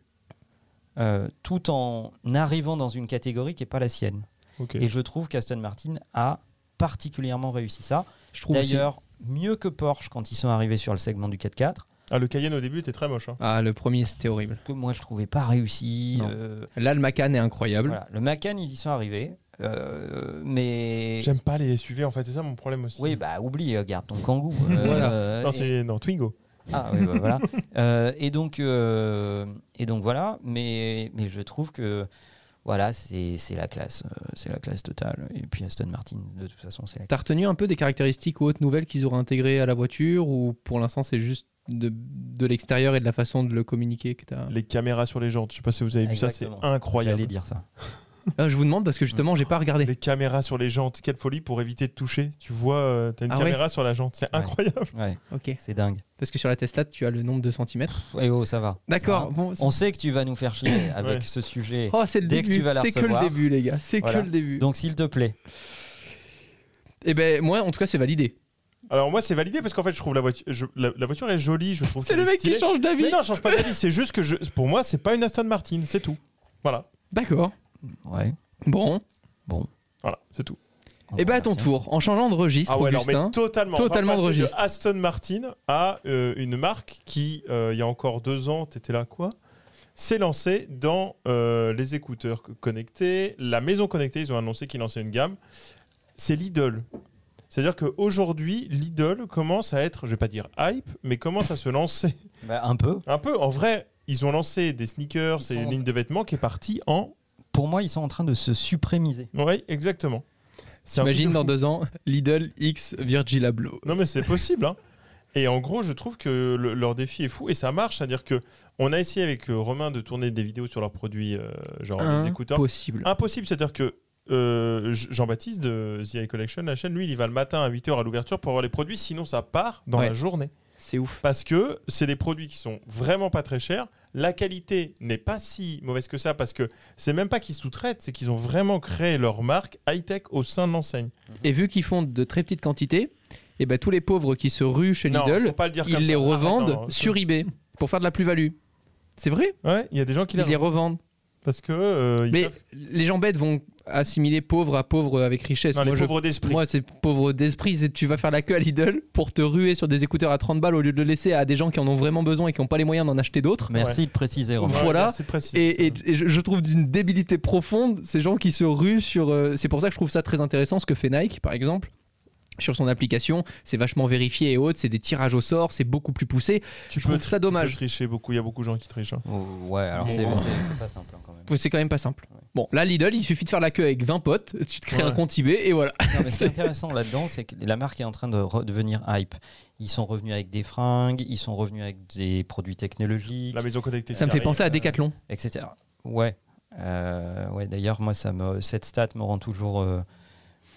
S2: euh, tout en arrivant dans une catégorie qui n'est pas la sienne.
S3: Ok.
S2: Et je trouve qu'Aston Martin a particulièrement réussi ça.
S1: je trouve aussi-
S2: D'ailleurs, mieux que Porsche quand ils sont arrivés sur le segment du 4x4,
S3: Ah, le Cayenne au début était très moche. hein.
S1: Ah, le premier, c'était horrible.
S2: que moi je trouvais pas réussi.
S1: Non.
S2: euh,
S1: Là, le Macan est incroyable.
S2: voilà. Le Macan, ils y sont arrivés, euh, mais
S3: J'aime pas les SUV, en fait, c'est ça mon problème aussi.
S2: oui, bah oublie, euh, garde ton kangou.
S1: Voilà.
S2: euh,
S3: Non,
S2: et-
S3: c'est non Twingo.
S2: Ah oui, bah, voilà. Euh, et donc, euh, et donc voilà. Mais, mais je trouve que voilà, c'est c'est la classe, euh, c'est la classe totale. Et puis Aston Martin, de toute façon, c'est la.
S1: T'as retenu un peu des caractéristiques ou autres nouvelles qu'ils auraient intégrées à la voiture ou pour l'instant c'est juste de, de l'extérieur et de la façon de le communiquer que t'as
S3: Les caméras sur les jantes, je sais pas si vous avez vu ça, c'est
S2: Exactement. J'allais
S3: incroyable.
S2: dire ça.
S1: Ah, Je vous demande parce que justement j'ai pas regardé.
S3: Les caméras sur les jantes, quelle folie pour éviter de toucher. Tu vois, euh, t'as une
S1: Ah ouais.
S3: caméra sur la jante, c'est
S2: Ouais.
S3: incroyable.
S2: Ouais,
S1: Ok.
S2: c'est dingue.
S1: Parce que sur la Tesla tu as le nombre de centimètres.
S2: Pff, eh oh, ça va.
S1: D'accord.
S2: Voilà.
S1: Bon. c'est-
S2: On sait que tu vas nous faire chier avec
S3: Ouais.
S2: ce sujet.
S1: Oh c'est le
S2: Dès que
S1: début.
S2: tu vas la
S1: C'est que le
S2: recevoir.
S1: début les gars. C'est
S2: Voilà.
S1: que le début.
S2: Donc s'il te plaît,
S1: Et ben moi en tout cas c'est validé.
S3: Alors moi, c'est validé parce qu'en fait, je trouve la voiture, je- la, la voiture est jolie, je trouve.
S1: C'est
S3: qu'elle
S1: le
S3: est
S1: mec qui
S3: stylée.
S1: change d'avis.
S3: Mais non, change pas d'avis, c'est juste que je, pour moi, c'est pas une Aston Martin, c'est tout. Voilà,
S1: D'accord.
S2: ouais.
S1: Bon.
S3: voilà, c'est tout.
S2: on
S1: Et ben à
S2: remercie.
S1: ton tour. En changeant de registre,
S3: Ah ouais, alors, mais
S1: Augustin.
S3: totalement.
S1: totalement
S3: on va
S1: de
S3: passer de
S1: registre.
S3: Aston Martin à euh, une marque qui, euh, il y a encore deux ans, t'étais là quoi s'est lancée dans euh, les écouteurs co- connectés, la maison connectée. Ils ont annoncé qu'ils lançaient une gamme. C'est Lidl. C'est-à-dire qu'aujourd'hui, Lidl commence à être, je vais pas dire hype, mais commence à se lancer
S2: Bah, un peu.
S3: un peu. En vrai, ils ont lancé des sneakers,
S2: Ils
S3: c'est
S2: sont-
S3: une ligne de vêtements qui est partie en.
S2: Pour moi, ils sont en train de se suprémiser.
S3: Oui, exactement. C'est un truc
S1: T'imagines
S3: de
S1: dans
S3: fou.
S1: deux ans Lidl X Virgil Abloh.
S3: Non, mais c'est possible. hein. Et en gros, je trouve que le- leur défi est fou et ça marche. C'est-à-dire que on a essayé avec euh, Romain de tourner des vidéos sur leurs produits, euh, genre les écouteurs. Ah.
S1: Impossible.
S3: Impossible. C'est-à-dire que euh, J- Jean-Baptiste de The Eye Collection, la chaîne, lui, il y va le matin à 8h à l'ouverture pour voir les produits. Sinon, ça part dans
S1: Ouais.
S3: la journée.
S1: C'est ouf.
S3: Parce que c'est des produits qui sont vraiment pas très chers. La qualité n'est pas si mauvaise que ça parce que c'est même pas qu'ils sous-traitent, c'est qu'ils ont vraiment créé leur marque high-tech au sein de l'enseigne.
S1: Et vu qu'ils font de très petites quantités, et ben tous les pauvres qui se ruent chez
S3: Non,
S1: Lidl,
S3: faut pas le dire comme
S1: ils les
S3: ça. Ah, euh, Arrête,
S1: revendent
S3: non, non.
S1: sur eBay pour faire de la plus-value. C'est vrai
S3: Ouais, il y a des gens qui
S1: Ils les
S3: les
S1: revendent.
S3: parce que euh, ils
S1: Mais
S3: savent-
S1: les gens bêtes vont assimiler pauvre à pauvre avec richesse.
S3: Non, les
S1: moi, je-
S3: pauvres d'esprit.
S1: moi, c'est pauvre d'esprit, c'est tu vas faire la queue à Lidl pour te ruer sur des écouteurs à 30 balles au lieu de le laisser à des gens qui en ont vraiment besoin et qui n'ont pas les moyens d'en acheter d'autres.
S2: Merci de préciser, Romain.
S3: Ouais,
S1: voilà.
S3: merci de préciser.
S1: Et, et- et je je trouve d'une débilité profonde ces gens qui se ruent sur. euh, c'est pour ça que je trouve ça très intéressant ce que fait Nike, par exemple. Sur son application, c'est vachement vérifié et autres, c'est des tirages au sort, c'est beaucoup plus poussé.
S3: tu
S1: je trouve ça
S3: tu
S1: dommage.
S3: tricher beaucoup, il y a beaucoup de gens qui trichent. hein.
S2: Oh, Ouais, alors
S1: Bon,
S2: c'est
S1: bon.
S2: c'est- c'est pas simple hein, quand même.
S1: C'est quand même pas simple.
S2: Ouais.
S1: Bon, là, Lidl, il suffit de faire la queue avec 20 potes, tu te crées un
S3: Ouais.
S1: compte eBay et voilà.
S2: Non, mais ce qui est intéressant là-dedans, c'est que la marque est en train de redevenir hype. Ils sont revenus avec des fringues, ils sont revenus avec des produits technologiques,
S3: La maison connectée.
S1: Ça me
S3: qui
S1: fait penser à
S3: arrive, euh,
S1: Decathlon.
S2: etc. Ouais. Euh, ouais D'ailleurs, moi, ça me, cette stat me rend toujours euh,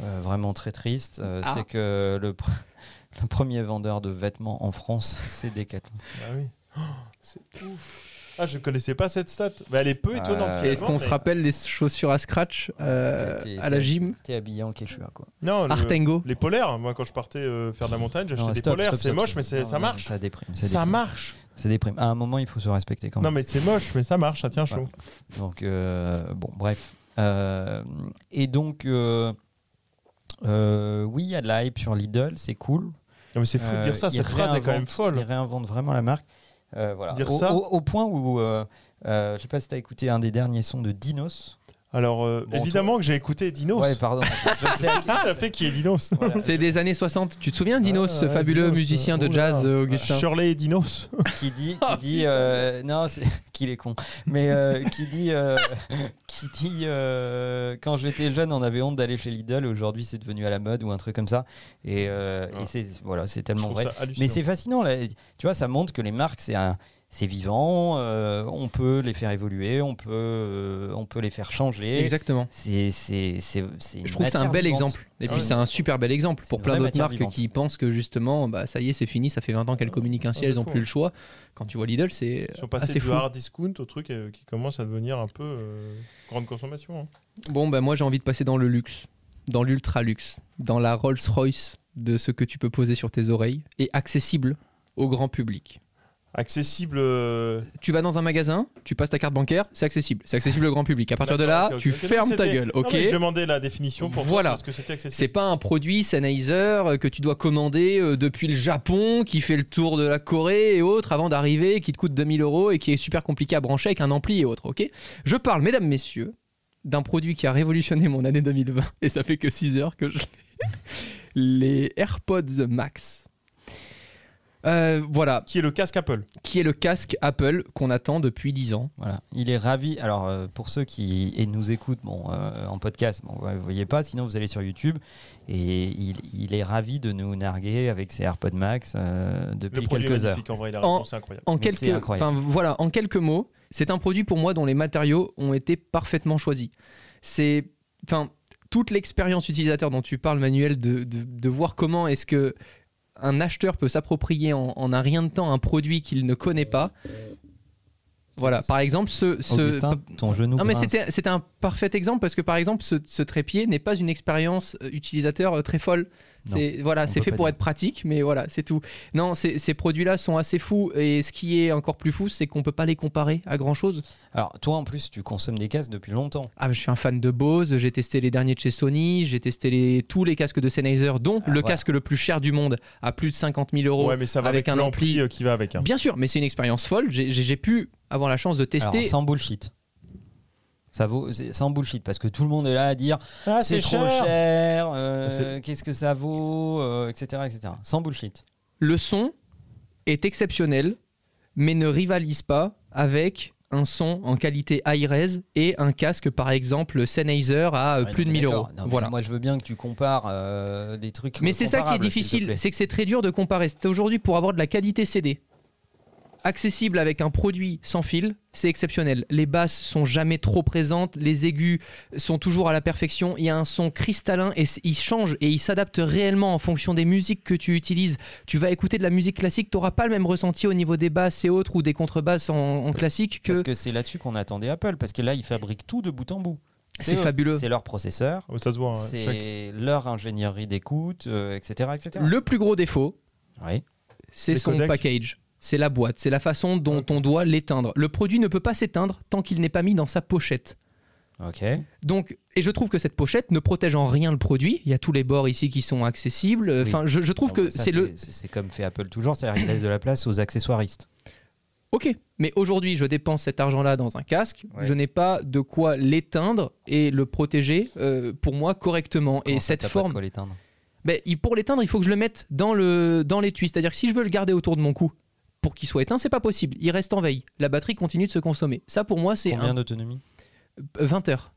S2: euh, vraiment très triste. Euh,
S1: Ah.
S2: C'est que le, pr- le premier vendeur de vêtements en France, c'est Decathlon.
S3: Ah oui. Oh, c'est ouf. Ah, je connaissais pas cette stat. Mais elle est peu étonnante.
S2: Euh,
S1: Et Ah. Est-ce
S3: finalement,
S1: qu'on se
S3: mais-
S1: rappelle les chaussures à scratch euh,
S2: T'es- t'es-
S1: à la
S2: t'es-
S1: gym
S2: T'es habillé en quechua, quoi.
S3: Non, le-
S1: Artengo
S3: les polaires. Moi, quand je partais euh, faire de la montagne,
S2: Non,
S3: j'achetais des
S2: stop,
S3: polaires.
S2: stop,
S3: C'est
S2: stop,
S3: moche,
S2: stop.
S3: mais c'est-
S2: Non,
S3: ça
S2: non,
S3: marche.
S2: Ça déprime. Ça,
S3: Ça
S2: déprime.
S3: marche.
S2: Ça déprime. À un moment, il faut se respecter quand même.
S3: Non, mais c'est moche, mais ça marche. hein, Ça tient chaud.
S2: Donc, euh, bon, bref. Euh, et donc, euh, euh, oui, il y a de la hype sur Lidl, c'est cool.
S3: Non, mais c'est fou de dire ça.
S2: Euh, ils
S3: Cette phrase est quand même
S2: réinventent- Ils
S3: folle.
S2: réinventent vraiment la marque. Euh, voilà.
S3: Dire
S2: au,
S3: ça.
S2: au- au point où, euh, euh, je sais pas si tu as écouté un des derniers sons de Dinos.
S3: Alors, euh,
S2: Bon,
S3: évidemment que j'ai écouté Dinos.
S2: Ouais, pardon. Je sais
S3: C'est tout à fait Ah, qui est Dinos.
S2: Voilà.
S1: C'est des années 60. Tu te souviens, Dinos,
S3: Ouais,
S1: ce
S3: Ah, ouais,
S1: fabuleux
S3: Dinos,
S1: musicien
S3: euh,
S1: de
S3: oh là
S1: jazz,
S3: là.
S1: euh, Augustin
S3: Shirley et Dinos.
S2: qui dit,
S3: Oh,
S2: qui dit euh, non, c'est qu'il est con, mais euh, qui dit, euh, qui dit, euh, quand j'étais jeune, on avait honte d'aller chez Lidl, aujourd'hui c'est devenu à la mode ou un truc comme ça, et, euh, et
S3: Ah.
S2: c'est voilà, c'est
S3: Je
S2: tellement
S3: trouve
S2: vrai.
S3: ça hallucinant.
S2: Mais
S1: Ah,
S2: c'est fascinant, là. tu vois, ça montre que les marques, c'est un- c'est vivant, euh, on peut les faire évoluer, on peut, euh, on peut les faire changer.
S1: Exactement.
S2: C'est, c'est, c'est, c'est une
S1: Je trouve que c'est un
S2: matière
S1: bel
S2: vivante.
S1: exemple. Et
S3: Ah
S2: C'est
S1: puis
S2: une-
S1: c'est un super bel exemple
S2: C'est
S1: pour
S2: une
S1: plein
S2: vraie
S1: d'autres
S2: matière
S1: marques
S2: vivante.
S1: qui pensent que justement, bah, ça y est, c'est fini, ça fait 20 ans qu'elles communiquent ainsi,
S3: Ah,
S1: elles
S3: de
S1: n'ont
S3: fou,
S1: plus
S3: hein.
S1: le choix. Quand tu vois Lidl, c'est
S3: Ils sont passés
S1: assez
S3: du
S1: fou.
S3: hard discount au truc euh, qui commence à devenir un peu euh, grande consommation. hein.
S1: Bon, bah, moi j'ai envie de passer dans le luxe, dans l'ultra luxe, dans la Rolls-Royce de ce que tu peux poser sur tes oreilles et accessible au grand public.
S3: Accessible. euh,
S1: Tu vas dans un magasin, tu passes ta carte bancaire, c'est accessible, c'est accessible au grand public. À partir de là,
S3: D'accord, ok,
S1: Ah, tu
S3: ok. Donc,
S1: fermes ta
S3: c'était-
S1: gueule,
S3: Non,
S1: ok
S3: mais je demandais la définition pour
S1: Voilà.
S3: voilà. parce que c'était
S1: C'est
S3: accessible.
S1: pas un produit Sennheiser euh, que tu dois commander euh, depuis le Japon, qui fait le tour de la Corée et autres avant d'arriver, qui te coûte 2000 euros et qui est super compliqué à brancher avec un ampli et autres, ok Je parle, mesdames, messieurs, d'un produit qui a révolutionné mon année 2020, et ça fait que 6 heures que je l'ai. Les AirPods Max. Euh, voilà,
S3: Qui est le casque Apple
S1: qui est le casque Apple qu'on attend depuis 10 ans.
S2: Voilà. Il est ravi. Alors, euh, pour ceux qui et nous écoutent bon, euh, en podcast, bon, vous ne voyez pas, sinon vous allez sur YouTube. Et il, il est ravi de nous narguer avec ses AirPods Max euh,
S3: Le
S2: depuis
S3: produit est
S2: quelques heures.
S3: magnifique en vrai, la
S1: En-
S3: réponse est incroyable.
S1: En
S2: Mais c'est
S1: quelques,
S2: incroyable.
S1: enfin, voilà, en quelques mots, c'est un produit pour moi dont les matériaux ont été parfaitement choisis. C'est, enfin, toute l'expérience utilisateur dont tu parles, Manuel, de, de- de voir comment est-ce que un acheteur peut s'approprier en, en un rien de temps un produit qu'il ne connaît pas. Voilà, par exemple, ce, ce-
S2: Augustin, ton genou.
S1: non, mais
S2: grince.
S1: c'était c'était un parfait exemple parce que par exemple ce, ce trépied n'est pas une expérience euh, utilisateur euh, très folle.
S2: Non,
S1: C'est voilà,
S2: on
S1: c'est
S2: peut
S1: fait
S2: pas
S1: pour
S2: dire.
S1: être pratique, mais voilà, c'est tout. Non, ces ces produits-là sont assez fous et ce qui est encore plus fou, c'est qu'on peut pas les comparer à grand chose.
S2: Alors, toi, en plus, tu consommes des casques depuis longtemps.
S1: Ah, mais je suis un fan de Bose. J'ai testé les derniers de chez Sony, j'ai testé les, tous les casques de Sennheiser, dont
S2: Ah,
S1: le
S2: voilà.
S1: casque le plus cher du monde à plus de 50 000 euros.
S3: Ouais, mais ça va
S1: avec
S3: avec,
S1: un
S3: l'ampli
S1: ampli.
S3: euh, qui va avec. hein.
S1: Bien sûr, mais c'est une expérience folle. J'ai- J'ai j'ai pu avoir la chance de
S2: Alors,
S1: tester.
S2: sans bullshit. Ça vaut, c'est- sans bullshit, parce que tout le monde est là à dire
S1: Ah,
S2: c'est trop cher, euh,
S3: C'est-
S2: qu'est-ce que ça vaut, euh, etc., etc. Sans bullshit.
S1: Le son est exceptionnel, mais ne rivalise pas avec un son en qualité high-res et un casque, par exemple, Sennheiser à euh,
S2: Ouais,
S1: plus de
S2: non, mais
S1: 1000 euros.
S2: d'accord. Non, mais
S1: Voilà.
S2: Moi, je veux bien que tu compares euh, des trucs.
S1: Mais c'est ça qui est
S2: comparables, s'il te
S1: difficile,
S2: plaît.
S1: c'est que c'est très dur de comparer. C'est aujourd'hui pour avoir de la qualité CD. Accessible avec un produit sans fil, c'est exceptionnel. Les basses sont jamais trop présentes, les aigus sont toujours à la perfection. Il y a un son cristallin et c- il change et il s'adapte réellement en fonction des musiques que tu utilises. Tu vas écouter de la musique classique, tu n'auras pas le même ressenti au niveau des basses et autres ou des contrebasses en, en classique que
S2: Parce que c'est là-dessus qu'on attendait Apple, parce que là, ils fabriquent tout de bout en bout.
S1: c'est
S2: eux.
S1: fabuleux.
S2: C'est leur processeur,
S3: Ah, mais Ça se voit. hein, chaque-
S2: c'est leur ingénierie d'écoute, euh, etc., etc.
S1: Le plus gros défaut,
S2: Oui.
S1: c'est
S3: Les
S1: son
S3: codecs.
S1: package. C'est la boîte, c'est la façon dont on doit l'éteindre. Le produit ne peut pas s'éteindre tant qu'il n'est pas mis dans sa pochette.
S2: Ok.
S1: Donc, Et je trouve que cette pochette ne protège en rien le produit. Il y a tous les bords ici qui sont accessibles.
S2: Oui.
S1: Enfin, je, je trouve
S2: Non,
S1: que
S2: mais ça,
S1: c'est le.
S2: C'est c'est comme fait Apple toujours, c'est-à-dire qu'il laisse de la place aux accessoiristes.
S1: Ok, mais aujourd'hui, je dépense cet argent-là dans un casque.
S2: Ouais.
S1: Je n'ai pas de quoi l'éteindre et le protéger euh, pour moi correctement.
S2: Comment
S1: et
S2: ça,
S1: cette
S2: t'as pas de
S1: forme.
S2: quoi l'éteindre
S1: Ben, il- pour l'éteindre, il faut que je le mette dans le dans l'étui. C'est-à-dire que si je veux le garder autour de mon cou pour qu'il soit éteint, c'est pas possible. Il reste en veille. La batterie continue de se consommer. Ça, pour moi, c'est
S2: Combien
S1: un-
S2: d'autonomie
S1: 20 heures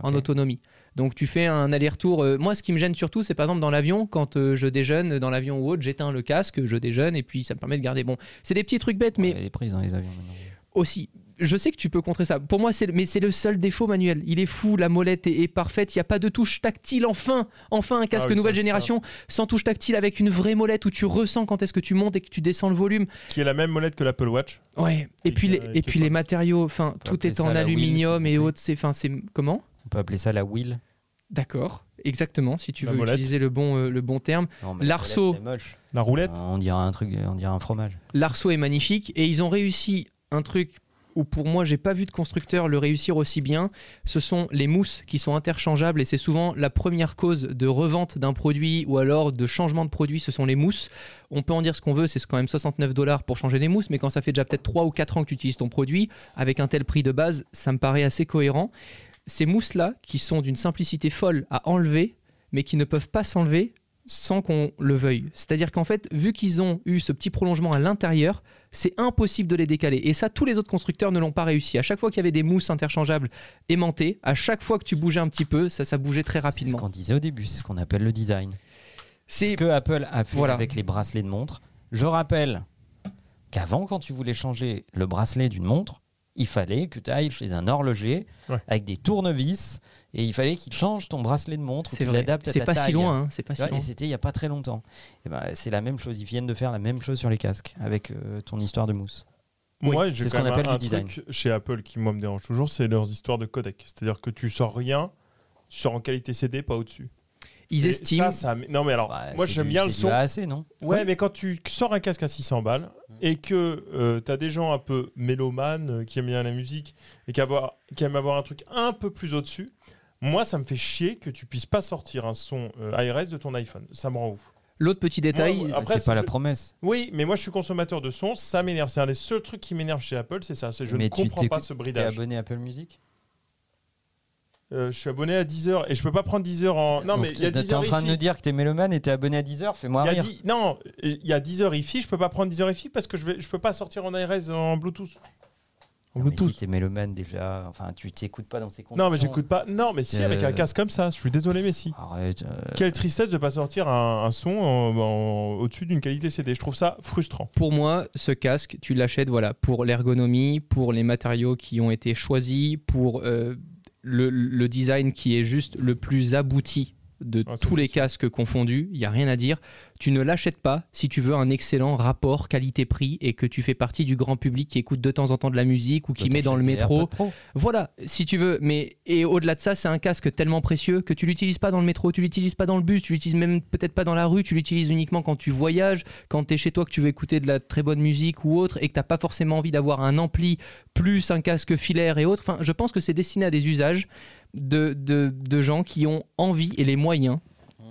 S1: en
S2: Ok.
S1: autonomie. Donc tu fais un aller-retour. Euh, moi, ce qui me gêne surtout, c'est par exemple dans l'avion, quand euh, je déjeune, dans l'avion ou autre, j'éteins le casque, je déjeune, et puis ça me permet de garder. Bon, c'est des petits trucs bêtes, mais
S2: Ouais, Elle est prise dans les avions maintenant.
S1: aussi. Je sais que tu peux contrer ça. Pour moi, c'est le- mais c'est le seul défaut manuel. Il est fou, la molette est, est parfaite. Il n'y a pas de touche tactile. Enfin, enfin un casque
S3: oui, ça,
S1: nouvelle
S3: ça.
S1: génération sans touche tactile avec une vraie molette où tu ressens quand est-ce que tu montes et que tu descends le volume.
S3: Qui est la même molette que l'Apple Watch.
S1: Ouais. Et,
S3: Et
S1: puis
S3: que-
S1: les, et
S3: et que
S1: puis
S3: toi.
S1: les matériaux. Enfin, tout
S2: appeler
S1: est en
S2: ça la Wii,
S1: aluminium et
S2: s'il vous plaît.
S1: autres. C'est enfin, c'est comment
S2: On peut appeler ça la wheel.
S1: D'accord. Exactement. Si tu
S3: La
S1: veux
S3: molette.
S1: utiliser le bon euh, le bon terme.
S2: Non, mais la
S1: L'arceau.
S2: roulette, c'est moche.
S3: La roulette.
S2: Ah, On dirait un truc, on dirait un fromage.
S1: L'arceau est magnifique et ils ont réussi un truc où pour moi j'ai pas vu de constructeur le réussir aussi bien. Ce sont les mousses qui sont interchangeables et c'est souvent la première cause de revente d'un produit ou alors de changement de produit. Ce sont les mousses. On peut en dire ce qu'on veut, c'est quand même 69 dollars pour changer les mousses, mais quand ça fait déjà peut-être 3 ou 4 ans que tu utilises ton produit avec un tel prix de base, ça me paraît assez cohérent. Ces mousses là qui sont d'une simplicité folle à enlever mais qui ne peuvent pas s'enlever sans qu'on le veuille. C'est-à-dire qu'en fait, vu qu'ils ont eu ce petit prolongement à l'intérieur, c'est impossible de les décaler. Et ça, tous les autres constructeurs ne l'ont pas réussi. À chaque fois qu'il y avait des mousses interchangeables aimantées, à chaque fois que tu bougeais un petit peu, ça, ça bougeait très
S2: C'est ce
S1: rapidement.
S2: qu'on disait au début, c'est ce qu'on appelle le design. C'est ce
S1: C'est
S2: que Apple a fait
S1: Voilà.
S2: avec les bracelets de montre. Je rappelle qu'avant, quand tu voulais changer le bracelet d'une montre, il fallait que tu ailles chez un horloger
S3: Ouais.
S2: avec des tournevis et il fallait qu'il change ton bracelet de montre, ou
S1: c'est
S2: qu'il
S1: vrai.
S2: l'adapte à
S1: C'est
S2: ta
S1: pas
S2: taille.
S1: si loin, hein, c'est pas
S2: Tu
S1: si
S2: vois,
S1: loin.
S2: et c'était il n'y a pas très longtemps. Et ben, c'est la même chose. Ils viennent de faire la même chose sur les casques avec euh, ton histoire de mousse.
S3: Moi,
S2: c'est
S3: j'ai
S2: ce
S3: quand
S2: qu'on
S3: même
S2: appelle
S3: un
S2: du design.
S3: truc chez Apple qui moi me dérange toujours, c'est leurs histoires de codec. C'est-à-dire que tu sors rien, tu sors en qualité CD, pas au-dessus.
S1: Ils
S3: Et
S1: estiment.
S3: ça, ça m- non mais alors,
S2: Bah,
S3: moi
S2: c'est
S3: j'aime
S2: du-
S3: bien le
S2: c'est
S3: son.
S2: Du AAC, non
S3: Ouais, mais quand tu sors un casque à 600 balles
S2: Mm.
S3: et que euh, t'as des gens un peu mélomanes euh, qui aiment bien la musique et qui, avoir- qui aiment avoir un truc un peu plus au-dessus, moi ça me fait chier que tu puisses pas sortir un son euh, ARS de ton iPhone. Ça me rend ouf.
S1: L'autre petit détail,
S3: moi,
S2: Après,
S3: Après,
S2: c'est pas
S3: c'est-
S2: la promesse.
S3: Oui, mais moi je suis consommateur de son, ça m'énerve. C'est un des seuls trucs qui m'énerve chez Apple, c'est ça. C'est je
S2: Mais
S3: ne
S2: tu
S3: comprends pas
S2: t'écoutes-
S3: ce
S2: T'es
S3: bridage.
S2: abonné à Apple Music
S3: Euh, je suis abonné à 10h et je peux pas prendre 10h en. Non,
S2: Donc,
S3: mais il y a
S2: t'es
S3: 10
S2: t'es en train de nous dire que t'es mélomane et t'es abonné à 10 heures, fais-moi
S3: Il y a
S2: rire.
S3: dix- Non, il y a 10 heures IFI, je peux pas prendre 10 heures IFI parce que je vais je peux pas sortir en ARS en Bluetooth. En
S2: Non, mais
S3: Bluetooth.
S2: si t'es mélomane déjà, enfin tu t'écoutes pas dans ces conditions.
S3: non, mais j'écoute pas. Non, mais si
S2: Euh,
S3: avec un casque comme ça, je suis désolé mais si.
S2: Arrête. euh,
S3: Quelle tristesse de pas sortir un, un son en- en- au-dessus d'une qualité CD. Je trouve ça frustrant.
S1: pour moi, ce casque, tu l'achètes voilà, pour l'ergonomie, pour les matériaux qui ont été choisis, pour euh, le, le design qui est juste le plus abouti de
S3: Ah, ça,
S1: tous
S3: c'est
S1: les casques confondus, il n'y a rien à dire. Tu ne l'achètes pas si tu veux un excellent rapport qualité-prix et que tu fais partie du grand public qui écoute de temps en temps de la musique ou qui
S2: toi,
S1: met dans le
S2: t'achètes des
S1: métro.
S2: AirPods Pro.
S1: Voilà, si tu veux. Mais et au-delà de ça, c'est un casque tellement précieux que tu l'utilises pas dans le métro, tu l'utilises pas dans le bus, tu l'utilises même peut-être pas dans la rue, tu l'utilises uniquement quand tu voyages, quand tu es chez toi que tu veux écouter de la très bonne musique ou autre et que t'as pas forcément envie d'avoir un ampli plus un casque filaire et autres. Enfin, je pense que c'est destiné à des usages de, de, de gens qui ont envie et les moyens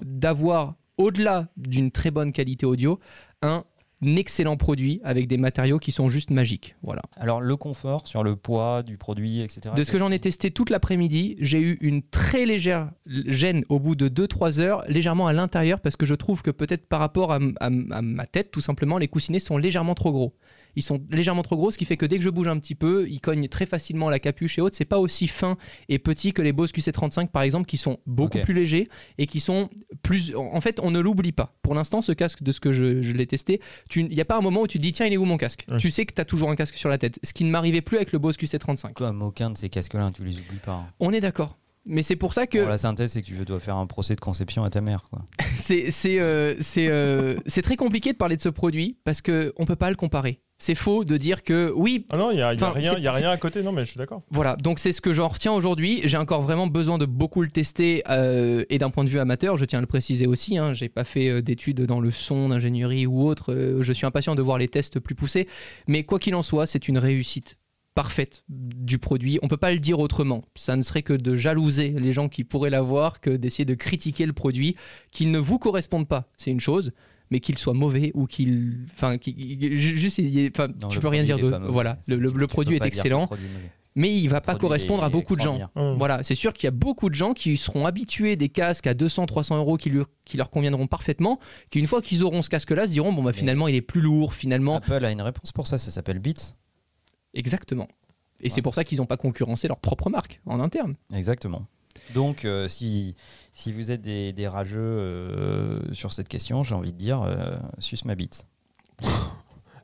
S1: d'avoir au-delà d'une très bonne qualité audio un excellent produit avec des matériaux qui sont juste magiques. Voilà.
S2: Alors le confort sur le poids du produit, etc.
S1: De ce que j'en ai testé toute l'après-midi, j'ai eu une très légère l- gêne au bout de 2-3 heures, légèrement à l'intérieur, parce que je trouve que peut-être par rapport à, m- à m- à ma tête, tout simplement, les coussinets sont légèrement trop gros. Ils sont légèrement trop gros, ce qui fait que dès que je bouge un petit peu, ils cognent très facilement la capuche et autres. C'est pas aussi fin et petit que les Bose QC35 par exemple, qui sont beaucoup
S2: Ok.
S1: plus légers et qui sont plus. En en fait, on ne l'oublie pas. Pour l'instant, ce casque, de ce que je, je l'ai testé, tu- il n'y a pas un moment où tu te dis tiens, il est où mon casque
S3: Ouais.
S1: Tu sais que tu as toujours un casque sur la tête, ce qui ne m'arrivait plus avec le Bose QC35.
S2: Comme aucun de ces casques-là, tu les oublies pas. hein.
S1: On est d'accord. Mais c'est pour ça que
S2: Bon, la synthèse, c'est que tu dois faire un procès de conception à ta mère. Quoi.
S1: c'est c'est euh, c'est euh, c'est très compliqué de parler de ce produit parce que on peut pas le comparer. C'est faux de dire que oui,
S3: Ah non, il y a, il y a
S1: Enfin,
S3: rien,
S1: c'est-
S3: il y a
S1: c'est-
S3: rien à côté. Non, mais je suis d'accord.
S1: voilà. Donc c'est ce que j'en retiens aujourd'hui. J'ai encore vraiment besoin de beaucoup le tester euh, et d'un point de vue amateur, je tiens à le préciser aussi. Hein, J'ai pas fait euh, d'études dans le son, d'ingénierie ou autre. euh, je suis impatient de voir les tests plus poussés. Mais quoi qu'il en soit, c'est une réussite parfaite du produit. On peut pas le dire autrement. Ça ne serait que de jalouser les gens qui pourraient l'avoir que d'essayer de critiquer le produit qu'il ne vous corresponde pas. C'est une chose, mais qu'il soit mauvais ou qu'il, enfin, qu'il- qu'il- juste, il y ait- enfin,
S2: Non,
S1: tu
S2: le
S1: peux rien dire
S2: produit, il est
S1: de,
S2: pas mauvais.
S1: voilà, le, le-
S2: Tu-
S1: le
S2: tu peux
S1: produit est
S2: pas dire que le
S1: excellent,
S2: produit est mauvais.
S1: mais il va
S2: Le
S1: pas
S2: produit
S1: correspondre
S2: est
S1: à beaucoup de gens.
S2: extraordinaire.
S3: Hum.
S1: Voilà, c'est sûr qu'il y a beaucoup de gens qui seront habitués des casques à 200, 300 euros qui, lui- qui leur conviendront parfaitement, qui une fois qu'ils auront ce casque-là, se diront bon bah
S2: Mais- Ah.
S1: finalement il est plus lourd, finalement
S2: Apple a une réponse pour ça, ça s'appelle Beats.
S1: exactement. Et c'est pour ça qu'ils n'ont pas concurrencé leur propre marque en interne.
S2: Exactement. Donc, euh, si, si vous êtes des, des rageux euh, sur cette question, j'ai envie de dire euh, suce ma bite.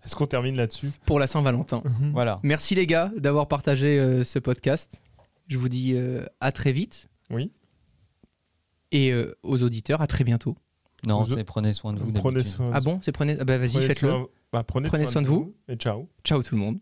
S3: Est-ce qu'on termine là-dessus
S1: Pour la Saint-Valentin.
S2: Voilà.
S1: Merci les gars d'avoir partagé euh, ce podcast. Je vous dis euh, à très vite.
S3: Oui.
S1: Et euh, aux auditeurs, à très bientôt.
S2: Non,
S3: Vous-
S2: c'est prenez soin de vous.
S3: Prenez
S2: d'habitude.
S3: soin.
S1: Ah bon, c'est prenez. ah bah vas-y,
S3: prenez
S1: faites-le.
S3: soin- bah, prenez,
S1: Prenez soin de vous.
S3: Et ciao.
S1: Ciao tout le monde.